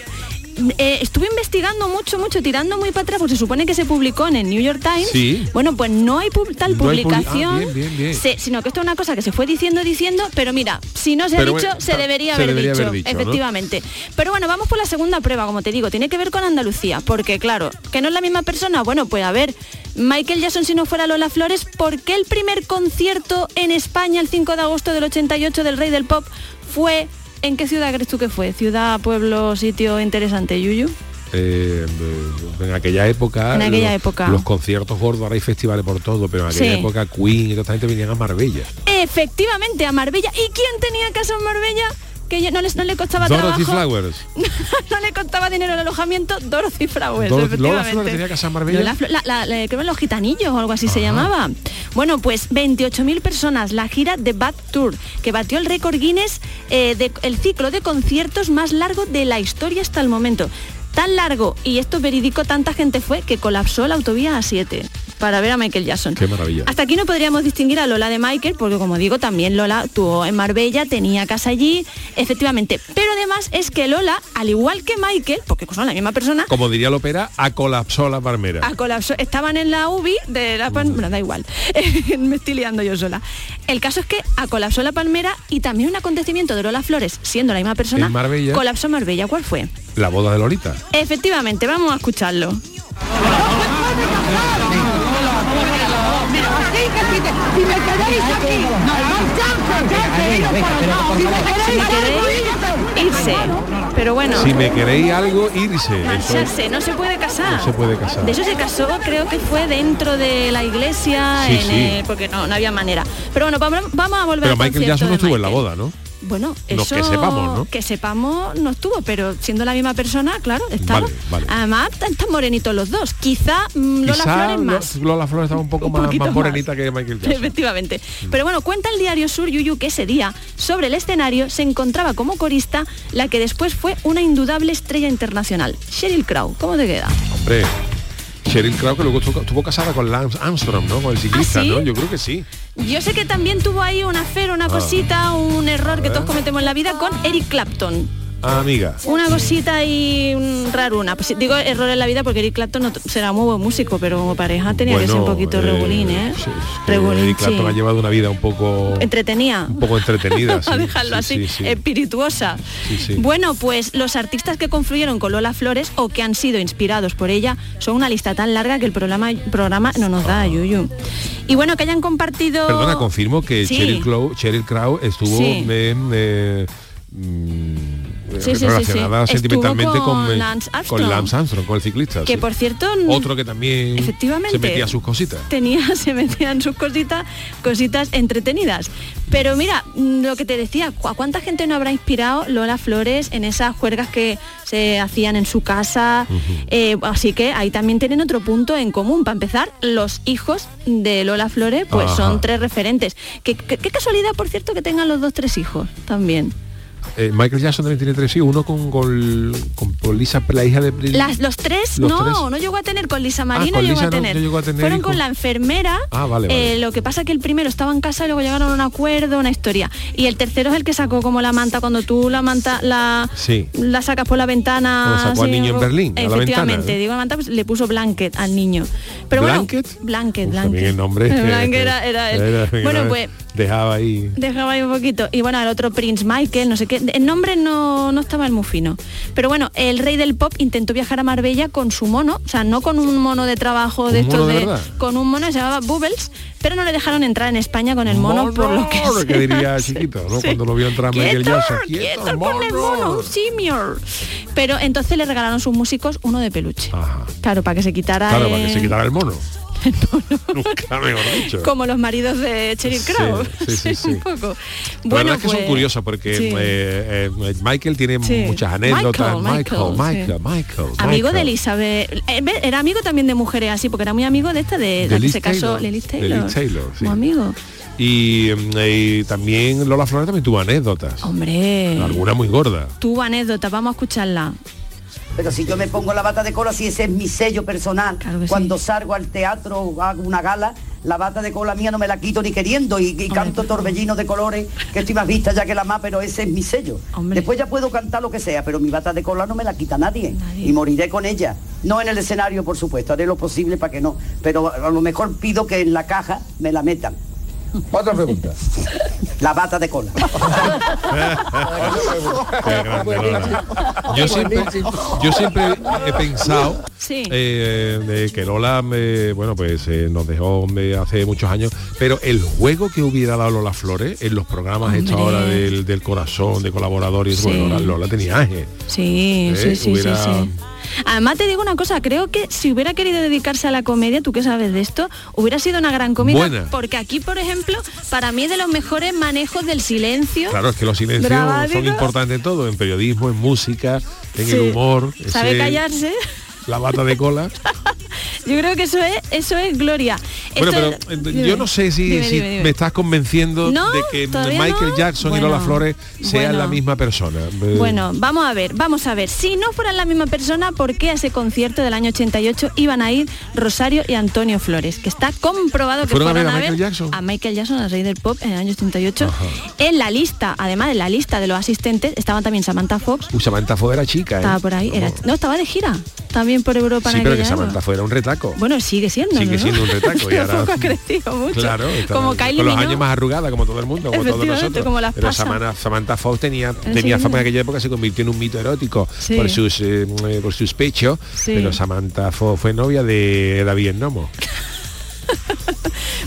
Eh, estuve investigando mucho, mucho, tirando muy para atrás, porque se supone que se publicó en el New York Times. Sí. Bueno, pues no hay pub- tal No hay publi- publicación, Ah, bien, bien, bien. se- sino que esto es una cosa que se fue diciendo, diciendo, pero mira, si no se Pero ha dicho, bueno, se ta- debería, se haber, debería dicho, haber dicho, ¿no? efectivamente. Pero bueno, vamos por la segunda prueba, como te digo, tiene que ver con Andalucía, porque claro, que no es la misma persona, bueno, pues a ver, Michael Jackson si no fuera Lola Flores, ¿por qué el primer concierto en España el 5 de agosto del 88 del Rey del Pop fue... ¿En qué ciudad crees tú que fue? ¿Ciudad, pueblo, sitio interesante, Yuyu? eh, en aquella época En aquella época. los conciertos gordos, ahora hay festivales por todo, pero en aquella Sí. época Queen y toda esta gente venían a Marbella. Efectivamente, a Marbella. ¿Y quién tenía casa en Marbella? Que ya no, les, no le costaba Dorothy trabajo. Flowers. <laughs> no le costaba dinero el alojamiento. Dorothy Flowers, Dorothy- efectivamente. Lola Flores tenía casa en Marbella. Lola Flo- la- la- la- eh, creo que los gitanillos o algo así se llamaba. Bueno, pues 28.000 personas, la gira de Bad Tour, que batió el récord Guinness eh, de- el ciclo de conciertos más largo de la historia hasta el momento. Tan largo, y esto es verídico, tanta gente fue que colapsó la autovía A7 para ver a Michael Jackson. Qué maravilla. Hasta aquí no podríamos distinguir a Lola de Michael, porque como digo, también Lola actuó en Marbella, tenía casa allí, efectivamente. Pero además es que Lola, al igual que Michael, porque son la misma persona, Como diría la ópera, a colapsó la palmera. a colapso. Estaban en la UBI de la palmera, da igual, <laughs> me estoy liando yo sola. El caso es que a colapsó la palmera y también un acontecimiento de Lola Flores, siendo la misma persona, En Marbella. colapsó Marbella. ¿Cuál fue? La boda de Lolita. Efectivamente, vamos a escucharlo. Si me quedáis aquí, Irse. Pero bueno. Si me queréis algo, irse. Eso es- Marcharse, no se puede casar. no se puede casar. De eso se casó, creo que fue dentro de la iglesia, Sí, en sí. el- porque no, no había manera. Pero bueno, vam- vamos a volver Pero al Michael concierto Jackson no de estuvo en la Michael. boda, ¿no? Bueno, No, eso que sepamos, ¿no? que sepamos no estuvo, pero siendo la misma persona, claro, estaba. Vale, vale. Además, están morenitos los dos. Quizá mm, Lola Quizá Flores más. Lo- Lola Flores estaba un poco Un más, poquito más más. morenita que Michael Jackson. Mm. Efectivamente. Pero bueno, cuenta el diario Sur Yuyu que ese día, sobre el escenario, se encontraba como corista la que después fue una indudable estrella internacional, Sheryl Crow. ¿Cómo te queda? Hombre, Cheryl Crow que luego estuvo, estuvo casada con Lance Armstrong, ¿no? Con el ciclista, ¿Ah, sí? ¿no? Yo creo que sí. Yo sé que también tuvo ahí una fera, una Ah. cosita, un error que ver. todos cometemos en la vida con Eric Clapton. Amiga. Una cosita y un raruna. Pues, digo error en la vida porque Eric Clapton no t- será muy buen músico, pero como pareja Ah, tenía que ser un Bueno, poquito eh, regulín, ¿eh? Que Regulín, Eric Clapton sí. ha llevado una vida un poco, Entretenía. un <laughs> poco entretenida. a sí, dejarlo sí, así, Eh, sí, sí. espirituosa. Sí, sí. Bueno, pues los artistas que confluyeron con Lola Flores o que han sido inspirados por ella son una lista tan larga que el programa, programa no nos da, Yuyu. Y bueno, que hayan compartido... Ah. Perdona, confirmo que Sí. Cheryl, Crow, Cheryl Crow estuvo Sí. em, eh, mm, Sí, sí, sí, relacionada sí. sentimentalmente Estuvo con, con eh, Lance Armstrong. con Lance Armstrong, con el ciclista. Que sí. por cierto... Otro que también Efectivamente. se metía sus cositas. tenía, <laughs> se metían sus cositas, cositas entretenidas. Pero mira, mm, lo que te decía, ¿cu- ¿a cuánta gente no habrá inspirado Lola Flores en esas juergas que se hacían en su casa? Eh, así que ahí también tienen otro punto en común. Para empezar, los hijos de Lola Flores pues Ajá. son tres referentes. ¿Qué, qué- qué casualidad, por cierto, que tengan los dos tres hijos también. Eh, Michael Jackson también tiene tres hijos, uno con, con, con- con Lisa, la hija de Britney. Las, los tres, Los no, tres. no llegó a tener con Ah, Lisa Marino, con llegó, Lisa a no- tener. no llegó a tener Fueron hijo. con la enfermera. Ah, vale, vale. eh, lo que pasa que el primero estaba en casa y luego llegaron a un acuerdo, una historia. Y el tercero es el que sacó como la manta cuando tú la manta la Sí. la sacas por la ventana. Cuando sacó al niño en ro- Berlín, a la Efectivamente, ventana. ¿eh? digo la manta, pues le puso blanket al niño. Pero ¿Blanket? bueno, blanket, También blanket. <laughs> el nombre. Blanket era, era él. Era- bueno, pues Dejaba ahí. Dejaba ahí un poquito. Y bueno, el otro Prince Michael, no sé qué. El nombre no, no estaba el muy fino. Pero bueno, el rey del pop intentó viajar a Marbella con su mono, o sea, no con un mono de trabajo de ¿Un estos mono de de. verdad? con un mono que se llamaba Bubbles, pero no le dejaron entrar en España con el mono, por lo que. Claro, que sea. diría chiquito, ¿no? Cuando lo vio entrar Michael ¡Quieto! Jackson. ¡Quieto con el mono! ¡Un senior! Pero entonces le regalaron sus músicos uno de peluche. Claro, para que se quitara. Claro, para que se el- quitara el <laughs> mono. <laughs> Nunca mejor dicho. Como los maridos de Cheryl Sí, Crow. <laughs> sí, sí, sí. un poco. La Bueno, verdad es que son pues, curiosos porque sí. eh, eh, Michael tiene Sí. muchas anécdotas. Michael, Michael, Michael, Michael, sí. Michael, Amigo de Michael. Elizabeth. eh, ve, Era amigo también de mujeres así, porque era muy amigo de esta, de, De la que Liz se casó, Taylor. Lily De Taylor. Liz Taylor, sí. Muy amigo. Y, eh, y también Lola Flores también tuvo anécdotas. Hombre. Alguna muy gorda. Tuvo anécdota, vamos a escucharla. Pero si yo me pongo la bata de cola, si ese es mi sello personal, cuando salgo al teatro o hago una gala, la bata de cola mía no me la quito ni queriendo y, y canto torbellino de colores, que estoy más vista ya que la más, pero ese es mi sello. Después ya puedo cantar lo que sea, pero mi bata de cola no me la quita nadie, y moriré con ella. No en el escenario, por supuesto, haré lo posible para que no, pero a lo mejor pido que en la caja me la metan. Otra pregunta. <laughs> La bata de cola. Qué grande, Lola. Yo siempre, yo siempre he pensado Sí. eh, de que Lola, eh, bueno, pues eh, nos dejó eh, hace muchos años, pero el juego que hubiera dado Lola Flores en los programas esta Hombre. hora del, del corazón, de colaboradores, Sí. bueno, Lola, Lola tenía ángel. Sí, Eh, sí, sí, hubiera- sí, sí. Además te digo una cosa, creo que si hubiera querido dedicarse a la comedia, tú que sabes de esto, hubiera sido una gran comedia. Buena. Porque aquí, por ejemplo, para mí es de los mejores manejos del silencio. Claro, es que los silencios Dramático. son importantes en todo, en periodismo, en música, en Sí. el humor. Sabe ese- callarse. <laughs> La bata de cola. Yo creo que eso es, eso es gloria. Bueno, Esto- pero eh, dime. yo no sé si, Dime, si dime, dime. me estás convenciendo No, de que todavía Michael no. Jackson y Lola Bueno, Flores sean bueno. la misma persona. Eh, Bueno, vamos a ver, vamos a ver. Si no fueran la misma persona, ¿por qué a ese concierto del año 88 iban a ir Rosario y Antonio Flores? Que está comprobado que ¿Fueron a ver fueron a a ver Michael Jackson? a Michael Jackson, al rey del pop, en el año 88. En la lista, además en la lista de los asistentes, estaban también Samantha Fox, Uy, Samantha Fox era chica, ¿eh? estaba por ahí, era- este- no, estaba de gira, también por Europa. en Sí, pero que aquella época. Samantha Fox era un retaco. Bueno, sigue siendo. Sigue ¿no? siendo un <laughs> retaco, y ahora- Tampoco ha crecido mucho. Claro, está- como Kylie con los Minogue. años más arrugada como todo el mundo, como todos Efectivamente, nosotros. como las Pero pasas. Samana- Samantha Fox tenía, sí, tenía fama en sí. aquella época, se convirtió en un mito erótico Sí. por sus eh, eh, por sus pechos, Sí. pero Samantha Fox fue novia de David el Nomo.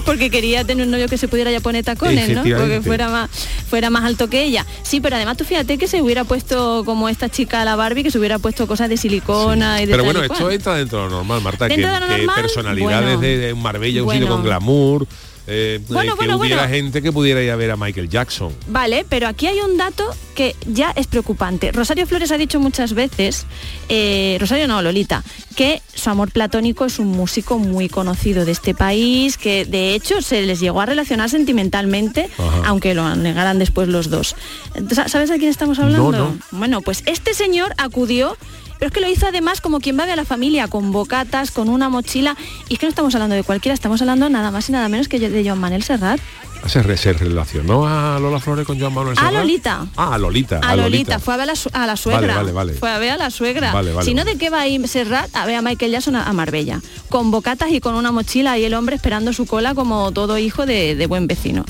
porque quería tener un novio que se pudiera ya poner tacones, ¿no? Porque Efectivamente. fuera más, fuera más alto que ella. Sí, pero además tú fíjate que se hubiera puesto como esta chica la Barbie, que se hubiera puesto cosas de silicona y de Pero tal bueno, y esto cual. entra dentro de lo normal, Marta, que, ¿Dentro de lo que normal? personalidades Bueno. de, de Marbella, un sitio Bueno. con glamour, eh, Bueno, eh, que bueno, hubiera bueno. gente que pudiera ir a ver a Michael Jackson. Vale, pero aquí hay un dato que ya es preocupante. Rosario Flores ha dicho muchas veces, eh, Rosario no, Lolita, que su amor platónico es un músico muy conocido de este país, que de hecho se les llegó a relacionar sentimentalmente, Ajá. aunque lo negaran después los dos. Entonces, ¿Sabes de quién estamos hablando? No, no. Bueno, pues este señor acudió... Pero es que lo hizo además como quien va a ver a la familia, con bocatas, con una mochila. Y es que no estamos hablando de cualquiera, estamos hablando nada más y nada menos que de Joan Manuel Serrat. se, re- se relacionó a Lola Flores con Joan Manuel A Serrat? Lolita. Ah, a Lolita. A Lolita, fue a ver a la, su- a la suegra. vale, vale. Fue a ver a la suegra. Vale, vale, si no, vale. ¿de qué va a ir Serrat a ver a Michael Jackson a, a Marbella? Con bocatas y con una mochila y el hombre esperando su cola como todo hijo de, de buen vecino.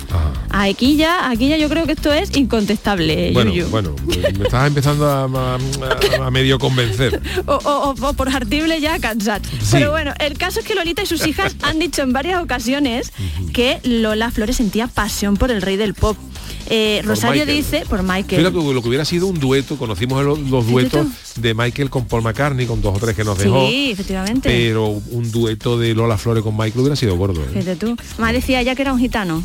Aquí ya, aquí ya yo creo que esto es incontestable, Bueno, Yuyu. bueno, me me estás empezando a, a- a <laughs> medio convencer. O, o- o- o por hartible ya cansat. Pero bueno, el caso es que Lolita y sus <laughs> hijas han dicho en varias ocasiones que Lola Flores sentía pasión por el rey del pop. Eh, Por Rosario Michael. dice, por Michael. Mira tú, lo que hubiera sido un dueto, conocimos los, los duetos de Michael con Paul McCartney, con dos o tres que nos dejó. sí, efectivamente. Pero un dueto de Lola Flores con Michael hubiera sido gordo. ¿eh? Fíjate tú. Más decía ya que era un gitano.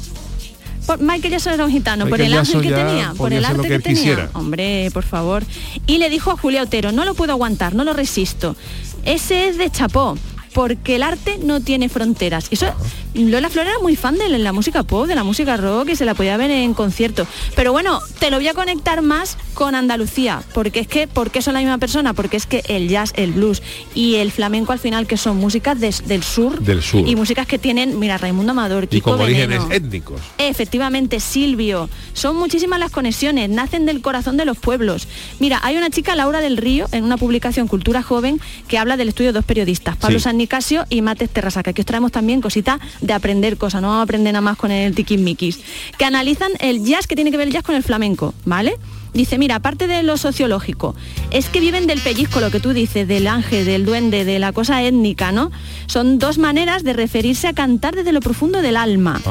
Por, Michael Jackson era un gitano, por Michael el ángel Jackson que ya tenía, por podía el arte hacer lo que, que él tenía. quisiera. Hombre, por favor. Y le dijo a Julia Otero, no lo puedo aguantar, no lo resisto. Ese es de chapó, porque el arte no tiene fronteras. Y eso, Lola Flor era muy fan de la música pop, de la música rock, y se la podía ver en conciertos. Pero bueno, te lo voy a conectar más con Andalucía, porque es que, ¿por qué son la misma persona? Porque es que el jazz, el blues y el flamenco al final, que son músicas des- del sur Del sur. y músicas que tienen, mira, Raimundo Amador, Y Kiko con orígenes Veneno. étnicos. Efectivamente, Silvio. Son muchísimas las conexiones, nacen del corazón de los pueblos. Mira, hay una chica, Laura del Río, en una publicación Cultura Joven, que habla del estudio de dos periodistas, Pablo Sí. San Nicasio y Mates Terrasaca, que os traemos también cositas de aprender cosas, no vamos a aprender nada más con el tiquismiquis, que analizan el jazz, que tiene que ver el jazz con el flamenco, ¿vale? Dice, mira, aparte de lo sociológico, es que viven del pellizco, lo que tú dices, del ángel, del duende, de la cosa étnica, ¿no? Son dos maneras de referirse a cantar desde lo profundo del alma.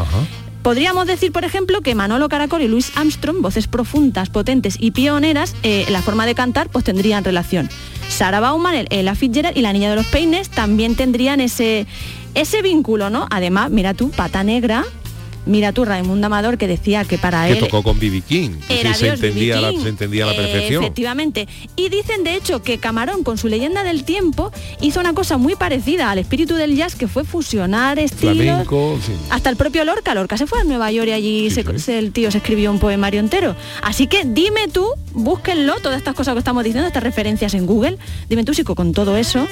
Podríamos decir, por ejemplo, que Manolo Caracol y Luis Armstrong, voces profundas, potentes y pioneras, eh, la forma de cantar pues tendrían relación. Sara Bauman, el- Ella Fitzgerald y la Niña de los Peines también tendrían ese, ese vínculo, ¿no? Además, mira tú, Pata Negra, mira tú, Raimundo Amador, que decía que para Que él... tocó con B.B. King. que Era se, Dios entendía a la, Viking. Eh, se entendía a la perfección. Efectivamente. Y dicen de hecho que Camarón con su leyenda del tiempo hizo una cosa muy parecida al espíritu del jazz que fue fusionar estilos. Flamenco, sí. Hasta el propio Lorca, Lorca se fue a Nueva York y allí se- se- el tío se escribió un poemario entero. Así que dime tú, búsquenlo, todas estas cosas que estamos diciendo, estas referencias en Google, dime tú si co- con todo eso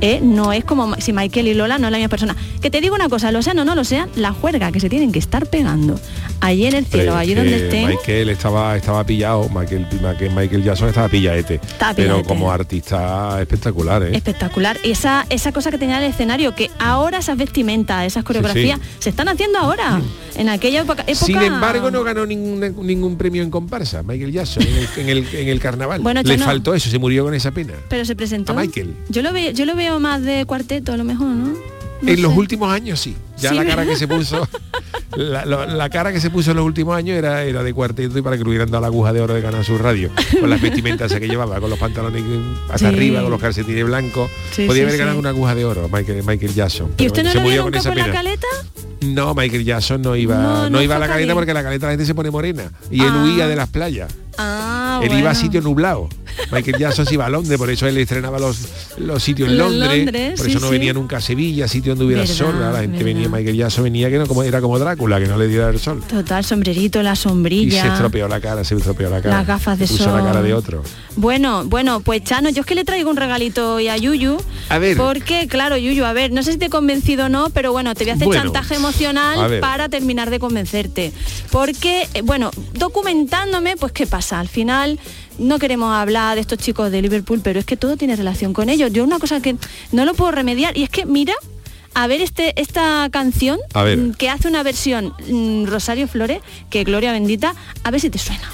eh, no es como ma- si Michael y Lola no es la misma persona. Que te digo una cosa, lo sean o no lo sean, la juerga que se tienen que estar pegando allí en el cielo, Hombre, allí que donde estén. Michael estaba, estaba pillado, Michael, Michael, Michael Jackson estaba pillaete. Estaba Pero pillaete. como artista espectacular, ¿eh? Espectacular. Esa, esa cosa que tenía el escenario, que ahora esas vestimentas, esas coreografías, se están haciendo ahora. En aquella época. época- Mm. Sin embargo, no ganó ninguna- ningún premio en comparsa, Michael Jackson, en el, en el- en el carnaval. Bueno, ya Le no. faltó eso, se murió con esa pena. Pero se presentó. A Michael. Yo lo veo, yo lo veo más de cuarteto a lo mejor, ¿no? en los últimos años sí. Ya Sí, la cara ¿verdad? que <laughs> se puso, la, lo- la cara que se puso en los últimos años era, era de cuarteto y para que le hubieran dado la aguja de oro de ganar su radio. Con las vestimentas que llevaba, con los pantalones hasta Sí. arriba, con los calcetines blancos. Sí, Podía sí, haber sí. ganado una aguja de oro, Michael, Michael Jackson. ¿Y pero usted no se lo murió vio con nunca esa por la pena. caleta? No, Michael Jackson no iba, No, no, no iba a la fue caleta feliz. porque la caleta la gente se pone morena. Y él Ah. huía de las playas. Ah, él bueno. iba a sitios nublados. Michael Jackson se iba a Londres, por eso él estrenaba los, los sitios en Los Londres. Londres, por sí, eso no sí. venía nunca a Sevilla, sitio donde hubiera Verdad, sol. La gente venía, Michael Jackson venía que no como era como Drácula, que no le diera el sol. Total, sombrerito, la Y sombrilla. se estropeó la cara, se estropeó la cara. Las gafas de Se puso la sol. cara de otro. Bueno, bueno, pues Chano, yo es que le traigo un regalito hoy a Yuyu. A ver. Porque, claro, Yuyu, a ver, no sé si te he convencido o no, pero bueno, te voy a hacer Bueno. chantaje A emocional ver. para terminar de convencerte. Porque, eh, bueno, documentándome, pues qué pasa. Al final no queremos hablar de estos chicos de Liverpool, pero es que todo tiene relación con ellos. Yo una cosa que no lo puedo remediar, y es que mira, a ver este, esta canción A ver. mm, que hace una versión mm, Rosario Flores, que Gloria Bendita, a ver si te suena.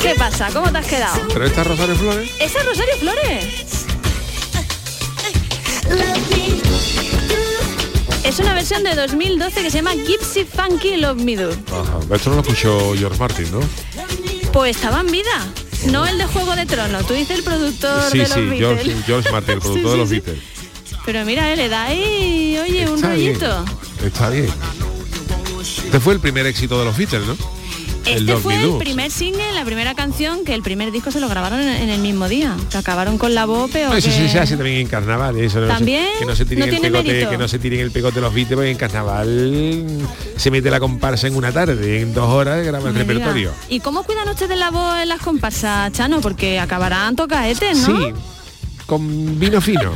¿Qué pasa? ¿Cómo te has quedado? Pero esta Rosario Flores. Esa es Rosario Flores. Es una versión de 2012 que se llama Gypsy Funky Love Me Do. Ajá. Esto no lo escuchó George Martin, ¿no? Pues estaba en vida. No el de Juego de Tronos, tú dices el productor Sí, de los sí, George, Beatles. <laughs> George Martin, el productor de los Beatles. Pero mira, él le da ahí, oye, un Está bien. rollito. Está bien. Este fue el primer éxito de los Beatles, ¿no? el Este Love fue Me el Do. primer single, la primera canción, que el primer disco se lo grabaron en, en el mismo día. Que acabaron con la bope o No, eso que- sí se hace también en carnaval, eso no se- También que no se tiren no el tiene pegote, mérito. que no se tiren el pegote los Beatles, porque en carnaval se mete la comparsa en una tarde, en dos horas graba el Me diga. repertorio. ¿Y cómo cuidan ustedes la voz en las comparsas, Chano? Porque acabarán tocaetes, ¿Eh, ¿no? Sí. con <laughs> vino fino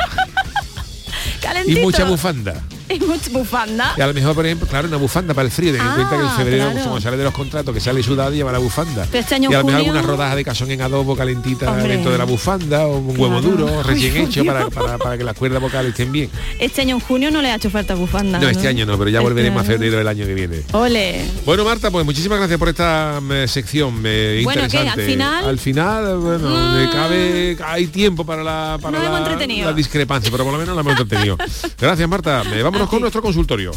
Calentito. y mucha bufanda. <laughs> Y mucha bufanda. Y a lo mejor, por ejemplo, claro, una bufanda para el frío, ten en Ah, cuenta que en febrero, claro. como sale de los contratos, que sale sudado y lleva la bufanda. Pero este año y a lo en mejor junio- alguna rodaja de cazón en adobo calentita Hombre. dentro de la bufanda, o un huevo Claro. duro, recién Ay, hecho, para, Dios. para- para que las cuerdas vocales estén bien. Este año en junio no le ha hecho falta bufanda. No, este año no, pero ya Este volveremos a año no. febrero del año que viene. Ole. Bueno, Marta, pues muchísimas gracias por esta mm, sección eh, Bueno, ¿qué? ¿Al interesante. final? Ah. Al final, bueno, le cabe, hay tiempo para la, para Nos hemos la- entretenido. la discrepancia, pero por lo menos la <laughs> hemos entretenido. Gracias, Marta. Eh, Vámonos con nuestro consultorio.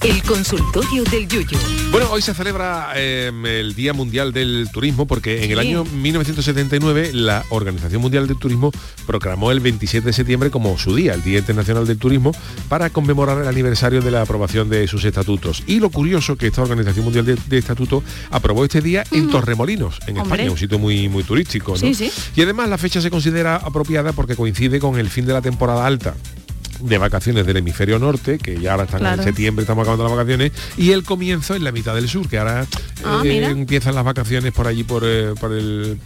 El consultorio del Yuyu. Bueno, hoy se celebra eh, el Día Mundial del Turismo porque en el Sí. año 1979 la Organización Mundial del Turismo proclamó el 27 de septiembre como su día, el Día Internacional del Turismo, para conmemorar el aniversario de la aprobación de sus estatutos. Y lo curioso que esta Organización Mundial de, de Estatutos aprobó este día en Torremolinos, en Hombre. España, un sitio muy, muy turístico. ¿no? Sí, sí. Y además la fecha se considera apropiada porque coincide con el fin de la temporada alta de vacaciones del hemisferio norte, que ya ahora están Claro. en septiembre, estamos acabando las vacaciones, y el comienzo en la mitad del sur, que ahora Ah, eh, mira. empiezan las vacaciones por allí, por, eh, por el...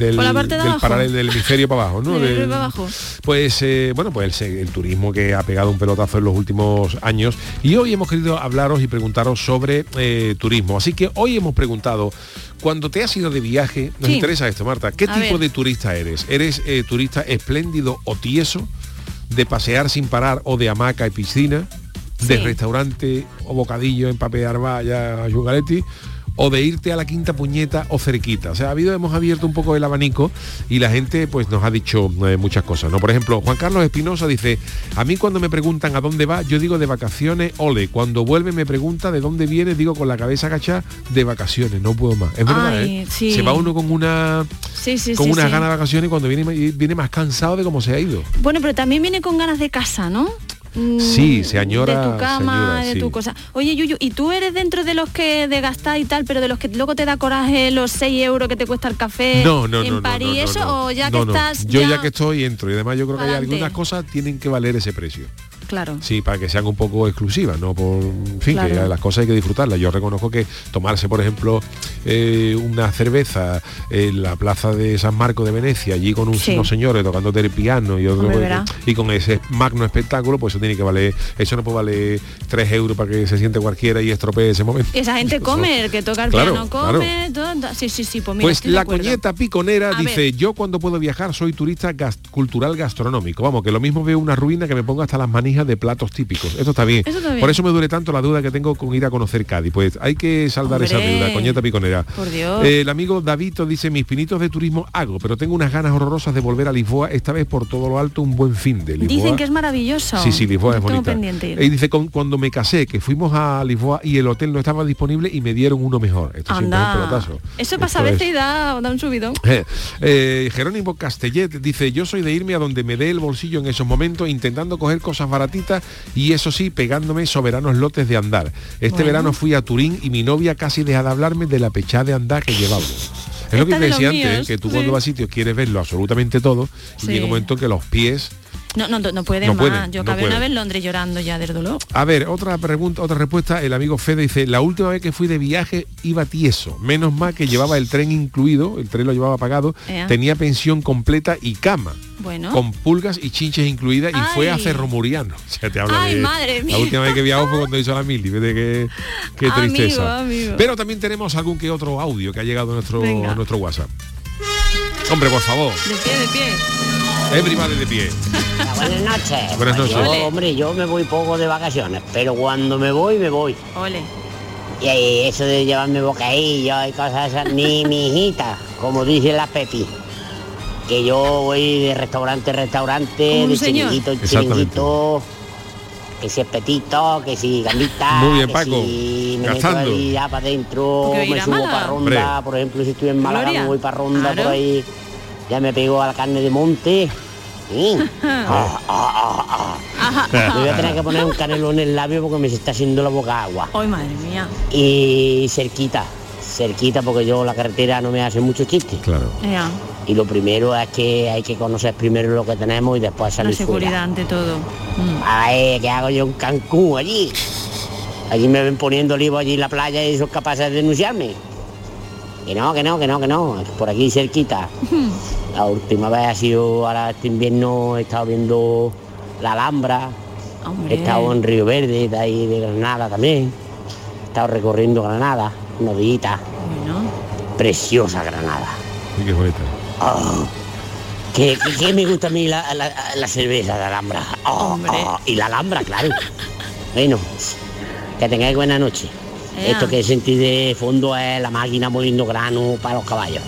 Del, Por la parte de del abajo. paralel del hemisferio para abajo, ¿no? Del Del- río para abajo. Pues eh, bueno, pues el, el turismo que ha pegado un pelotazo en los últimos años. Y hoy hemos querido hablaros y preguntaros sobre eh, turismo. Así que hoy hemos preguntado, cuando te has ido de viaje, nos Sí. interesa esto, Marta, ¿qué A tipo ver. de turista eres? ¿Eres eh, turista espléndido o tieso? de pasear sin parar o de hamaca y piscina, de restaurante o bocadillo en papear vaya a Yugaleti, o de irte a la quinta puñeta o cerquita. O sea, ha habido, hemos abierto un poco el abanico y la gente pues nos ha dicho eh, muchas cosas. ¿no? Por ejemplo, Juan Carlos Espinosa dice, a mí cuando me preguntan a dónde va, yo digo de vacaciones, ole. Cuando vuelve me pregunta de dónde viene, digo con la cabeza agachada, de vacaciones, no puedo más. Es verdad, Ay, ¿eh? sí. Se va uno con una Sí, sí, con sí, unas sí. ganas de vacaciones y cuando viene viene más cansado de cómo se ha ido. Bueno, pero también viene con ganas de casa, ¿no? Mm, Sí, se añora, De tu cama, se añora, de sí. tu cosa. Oye, Yuyu, ¿y tú eres dentro de los que de gastar y tal, pero de los que luego te da coraje los 6 euros que te cuesta el café No, no, en no, no, París, no, no, eso? no. ¿O ya No, que no. estás Yo ya ya- que estoy entro y además yo creo que hay Pa'lante. algunas cosas tienen que valer ese precio. Claro. Sí, para que sean un poco exclusivas, ¿no? Por, en fin, Claro. que las cosas hay que disfrutarlas. Yo reconozco que tomarse, por ejemplo, eh, una cerveza en la plaza de San Marco de Venecia, allí con un- Sí. unos señores tocándote el piano y otro Hombre, verá. y con ese magno espectáculo, pues eso tiene que valer, eso no puede valer 3 euros para que se siente cualquiera y estropee ese momento. Y Esa <laughs> gente come, el que toca el Claro, piano come, todo- todo- sí, sí, sí, pues mira, pues estoy de la acuerdo. coñeta piconera A dice, ver. yo cuando puedo viajar soy turista gas- cultural gastronómico. Vamos, que lo mismo veo una ruina que me pongo hasta las manijas de platos típicos. Esto está bien. Eso está bien. Por eso me duele tanto la duda que tengo con ir a conocer Cádiz. Pues hay que saldar esa Hombre. deuda, coñeta piconera. Por Dios. Eh, el amigo Davito dice, mis pinitos de turismo hago, pero tengo unas ganas horrorosas de volver a Lisboa, esta vez por todo lo alto, un buen fin de Lisboa. Dicen que es maravilloso. Sí, sí, Lisboa Yo es tengo bonita. pendiente ir. Y dice, "Con- cuando me casé, que fuimos a Lisboa y el hotel no estaba disponible y me dieron uno mejor. Esto siempre es un Anda. pelotazo. Eso pasa a Esto veces es- y da, da un subidón. Eh, eh, Jerónimo Castellet dice, yo soy de irme a donde me dé el bolsillo en esos momentos, intentando coger cosas baratitas y eso sí, pegándome soberanos lotes de andar. Este Bueno. verano fui a Turín y mi novia casi deja de hablarme de la pechada de andar que llevaba. Es lo que Esta te de los decía antes, míos, ¿eh? que tú sí. cuando vas a sitios quieres verlo absolutamente todo Sí. y llega un momento que los pies No, no, no puede No más. puede, Yo no acabé puede. una vez en Londres llorando ya del dolor. A ver, otra pregunta, otra respuesta. El amigo Fede dice, la última vez que fui de viaje iba tieso. Menos mal que llevaba el tren incluido, el tren lo llevaba pagado, Ea. tenía pensión completa y cama. Bueno. Con pulgas y chinches incluidas y fue a Ay. Cerromuriano. <laughs> O sea, te hablo Ay, de- madre mía. La última vez que viajó fue cuando hizo la mili. Vete qué, qué Amigo, tristeza. amigo. Pero también tenemos algún que otro audio que ha llegado a nuestro, Venga. a nuestro WhatsApp. Hombre, por favor, De pie, de pie. everybody de pie. Buenas noches. Buenas noches. Yo, Ole. hombre, yo me voy poco de vacaciones, pero cuando me voy, me voy. Ole. Y ahí, eso de llevarme bocadillos y cosas esas, ni mi hijita, como dice la Pepi. Que yo voy de restaurante a restaurante, Como un Eh, de señor. chiringuito en Exactamente. chiringuito. Que si espetito, que si gambita, Muy bien, que Paco. si me meto Gastando. ahí ya para adentro, Porque me irá subo Málaga. para Hombre. ronda, por ejemplo, si estoy en Málaga Gloria. me voy para ronda Claro. por ahí, ya me pego a la carne de monte. <laughs> Sí. Ah, ah, ah, ah. Ajá. Me voy a tener que poner un canelón en el labio porque me se está haciendo la boca agua. Ay, madre mía. Y cerquita, cerquita porque yo la carretera no me hace mucho chiste. Claro. Ea, Y lo primero es que hay que conocer primero lo que tenemos y después la salir seguridad fuera. ante todo. Mm, Ay, ¿qué hago yo en Cancún allí? Allí me ven poniendo olivo allí en la playa y son capaces de denunciarme. Que no, que no, que no, que no. Por aquí cerquita. La última vez ha sido, ahora este invierno he estado viendo la Alhambra, Hombre. he estado en Río Verde, de ahí de Granada también, he estado recorriendo Granada, unos días. Preciosa Granada. Sí, qué bonita. Oh, que, que- que me gusta a mí la, la- la cerveza de Alhambra. Oh, oh, y la Alhambra, claro. bueno, que tengáis buena noche. Ea. ah, Esto que sentí de fondo es la máquina moliendo grano para los caballos.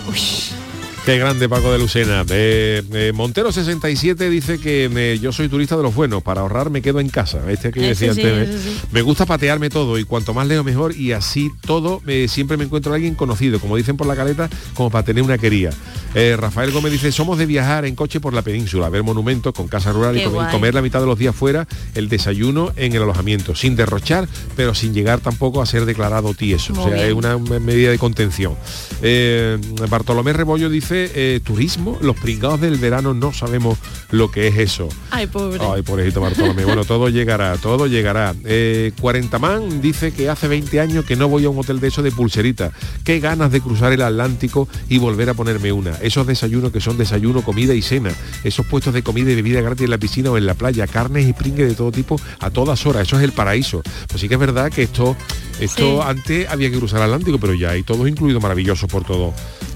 Qué grande Paco de Lucena. Eh, eh, Montero 67 dice que eh, yo soy turista de los buenos, para ahorrar me quedo en casa. Este que Ese decía sí, antes, ese eh. sí. Me gusta patearme todo y cuanto más leo mejor y así todo eh, siempre me encuentro a alguien conocido, como dicen por la caleta, como para tener una quería. Eh, Rafael Gómez dice, somos de viajar en coche por la península, a ver monumentos con casa rural y Qué comer, y guay. comer la mitad de los días fuera, el desayuno en el alojamiento, sin derrochar, pero sin llegar tampoco a ser declarado tieso. Muy o sea, bien. es una me- medida de contención. Eh, Bartolomé Rebollo dice, eh, turismo, los pringados del verano no sabemos lo que es eso. Ay, pobre. Ay, pobrecito Bartolomé. Bueno, todo llegará, todo llegará. Eh, 40 Man dice que hace 20 años que no voy a un hotel de eso de pulserita. Qué ganas de cruzar el Atlántico y volver a ponerme una. Esos desayunos que son desayuno, comida y cena. Esos puestos de comida y bebida gratis en la piscina o en la playa. Carnes y pringue de todo tipo a todas horas. Eso es el paraíso. Pues sí que es verdad que esto, esto Sí. antes había que cruzar el Atlántico, pero ya hay todo incluido maravilloso por todo.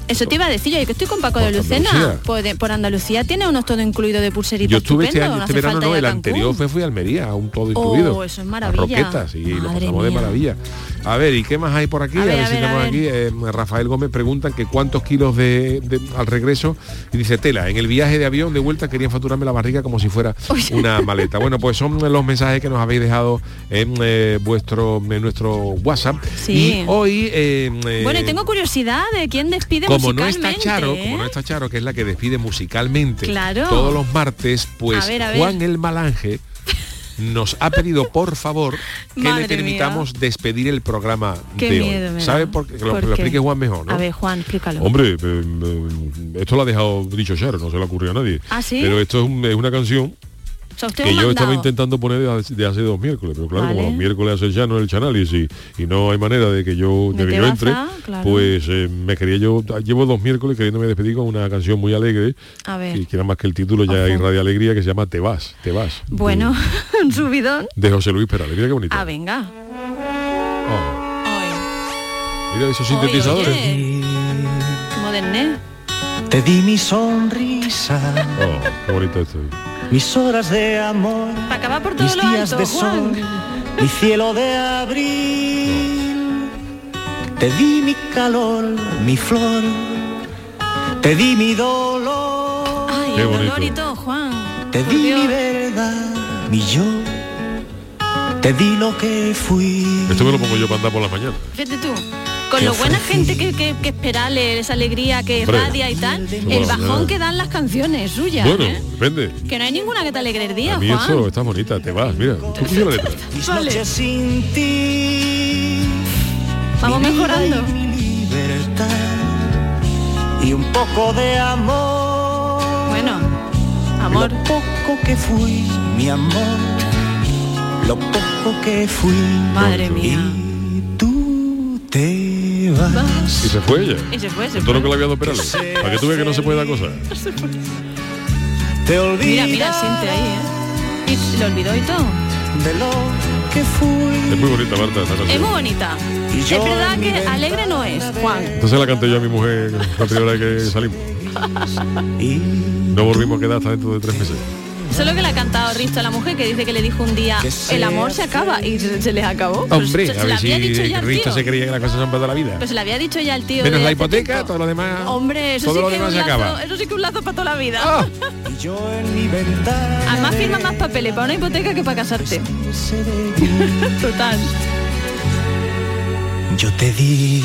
Eso te iba a decir yo, que estoy con Paco de Por Lucena. Andalucía. Por, de- por Andalucía tiene unos todo incluido de pulserita. Yo estuve este estupendo, año, este hace verano falta ir a no, el Cancún. anterior fue, fui a Almería, a un todo Oh, incluido. eso es Las maravilla. Roquetas, y lo Madre pasamos de mía. maravilla. A ver, ¿y qué más hay por aquí? A A, ver, ver, a si ver, a tenemos ver. aquí. eh, Rafael Gómez preguntan que cuántos kilos de, de- al regreso. Y dice, tela, en el viaje de avión de vuelta querían facturarme la barriga como si <laughs> fuera una maleta. Bueno, pues son los mensajes que nos habéis dejado en eh, vuestro en nuestro WhatsApp. Sí. Y hoy. eh, eh, Bueno, y tengo curiosidad de quién despide como no musicalmente. está Charo, ¿eh? como no está Charo, que es la que despide musicalmente Claro. todos los martes, pues A ver, a ver. Juan el Malange nos <laughs> ha pedido por favor que Madre le permitamos despedir el programa Qué de miedo me hoy. da. ¿Sabe por qué? Que Lo, ¿Por lo qué? explique Juan mejor, ¿no? A ver, Juan, explícalo. Hombre, eh, eh, esto lo ha dejado dicho Charo, no se le ocurrió a nadie. ¿Ah, sí? Pero esto es, un- es una canción O sea, usted que un yo estaba mandado. intentando poner de hace, de hace dos miércoles, pero claro, Vale. como los miércoles hace ya no el chanálisis y, y no hay manera de que yo, De de que te yo vas entre, a, claro. pues eh, me quería yo, llevo dos miércoles queriéndome despedir con una canción muy alegre, A ver. que, que era más que el título ya hay radio alegría, que se llama Te vas, te vas, Bueno, <laughs> un subidón. de José Luis Perales. Mira qué bonito. Oh, Ah, venga. Mira esos Oye, sintetizadores. oye. Moderné. Te di mi sonrisa, Oh, qué bonito esto. mis horas de amor, Para acabar por todo mis lo días alto, de sol, Juan. mi cielo de abril. Te di mi calor, mi flor, te di mi dolor, Ay, Qué el bonito. dolor y todo, Juan. te Por di mi Dios. verdad, mi yo, te di lo que fui. Esto me lo pongo yo para andar por la mañana. Fíjate tú. Con lo buena gente que, que, que es Perales, esa alegría que Hombre. radia y tal, el Bueno, bajón ya. que dan las canciones suyas. bueno, ¿eh? depende. Que no hay ninguna que te alegre el A día, mí Juan. eso está bonita, te vas, mira. ¿Tú qué la letra? Mis noches sin ti. Vamos mi vida mejorando. y mi libertad. Y un poco de amor. Bueno, amor. Lo poco que fui, mi amor. Lo poco que fui. Madre mía. Y tú te vas. Y se fue ella. Y se fue, se Con todo lo que le fue. había dado Perales. Para que tú veas que no se puede dar cosas. Te Mira, olvidas mira, siente ahí, ¿eh? Y lo olvidó y todo. de lo que fui. Es muy bonita, Marta, esta canción. Es muy bonita. Y Es yo verdad en mi que alegre no es, Juan. Entonces la canté yo a mi mujer la primera vez que salimos. No volvimos a quedar hasta dentro de tres meses. Solo que le ha cantado Risto a la mujer que dice que le dijo un día, Que se el amor se acaba y se, se les acabó. Pero Hombre, se, se la a ver había si dicho ya al Risto tío. se creía que las cosas son para toda la vida. Pero se la había dicho ya al tío. Menos de la hace hipoteca, tiempo. todo lo demás. Hombre, eso todo sí lo que es demás un se lazo, acaba. Ah, eso sí que es un lazo para toda la vida. Además firma más papeles para una hipoteca que para casarte. <laughs> Total. Yo te di.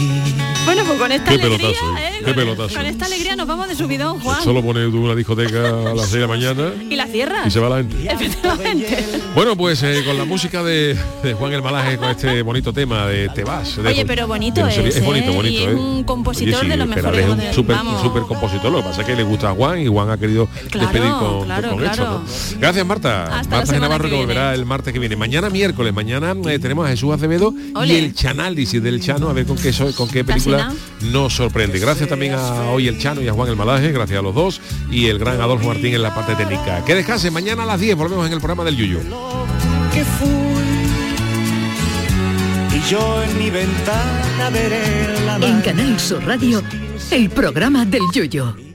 Bueno, pues con esta Qué alegría, pelotazo, ¿eh? qué pelotazo. con esta alegría nos vamos de subidón, Juan. Solo pone tú una discoteca a las 6 de la mañana Y la cierras. y se va la gente. Efectivamente. Bueno, pues eh, con la música de, de Juan el Malaje, con este bonito tema de Te vas. de- Oye, pero bonito de- es, Es bonito, ¿eh? bonito. Y es ¿eh? un compositor de los mejores Perales Es de- un súper vamos. un súper compositor, lo que pasa es que le gusta a Juan y Juan ha querido Claro, despedir con, claro, con esto. claro. ¿no? Gracias, Marta. Marta de Navarro que, volverá el martes que viene. Mañana miércoles, mañana eh, tenemos a Jesús Acevedo Ole. y el chanálisis del Chano, a ver con qué, so- con qué película nos sorprende. Gracias también a hoy el Chano y a Juan el Malaje, gracias a los dos, y el gran Adolfo Martín en la parte técnica. Que descanse, mañana a las 10 volvemos en el programa del Yuyo. que fui y yo en mi ventana veré la En Canal Sur Radio, el programa del Yoyo.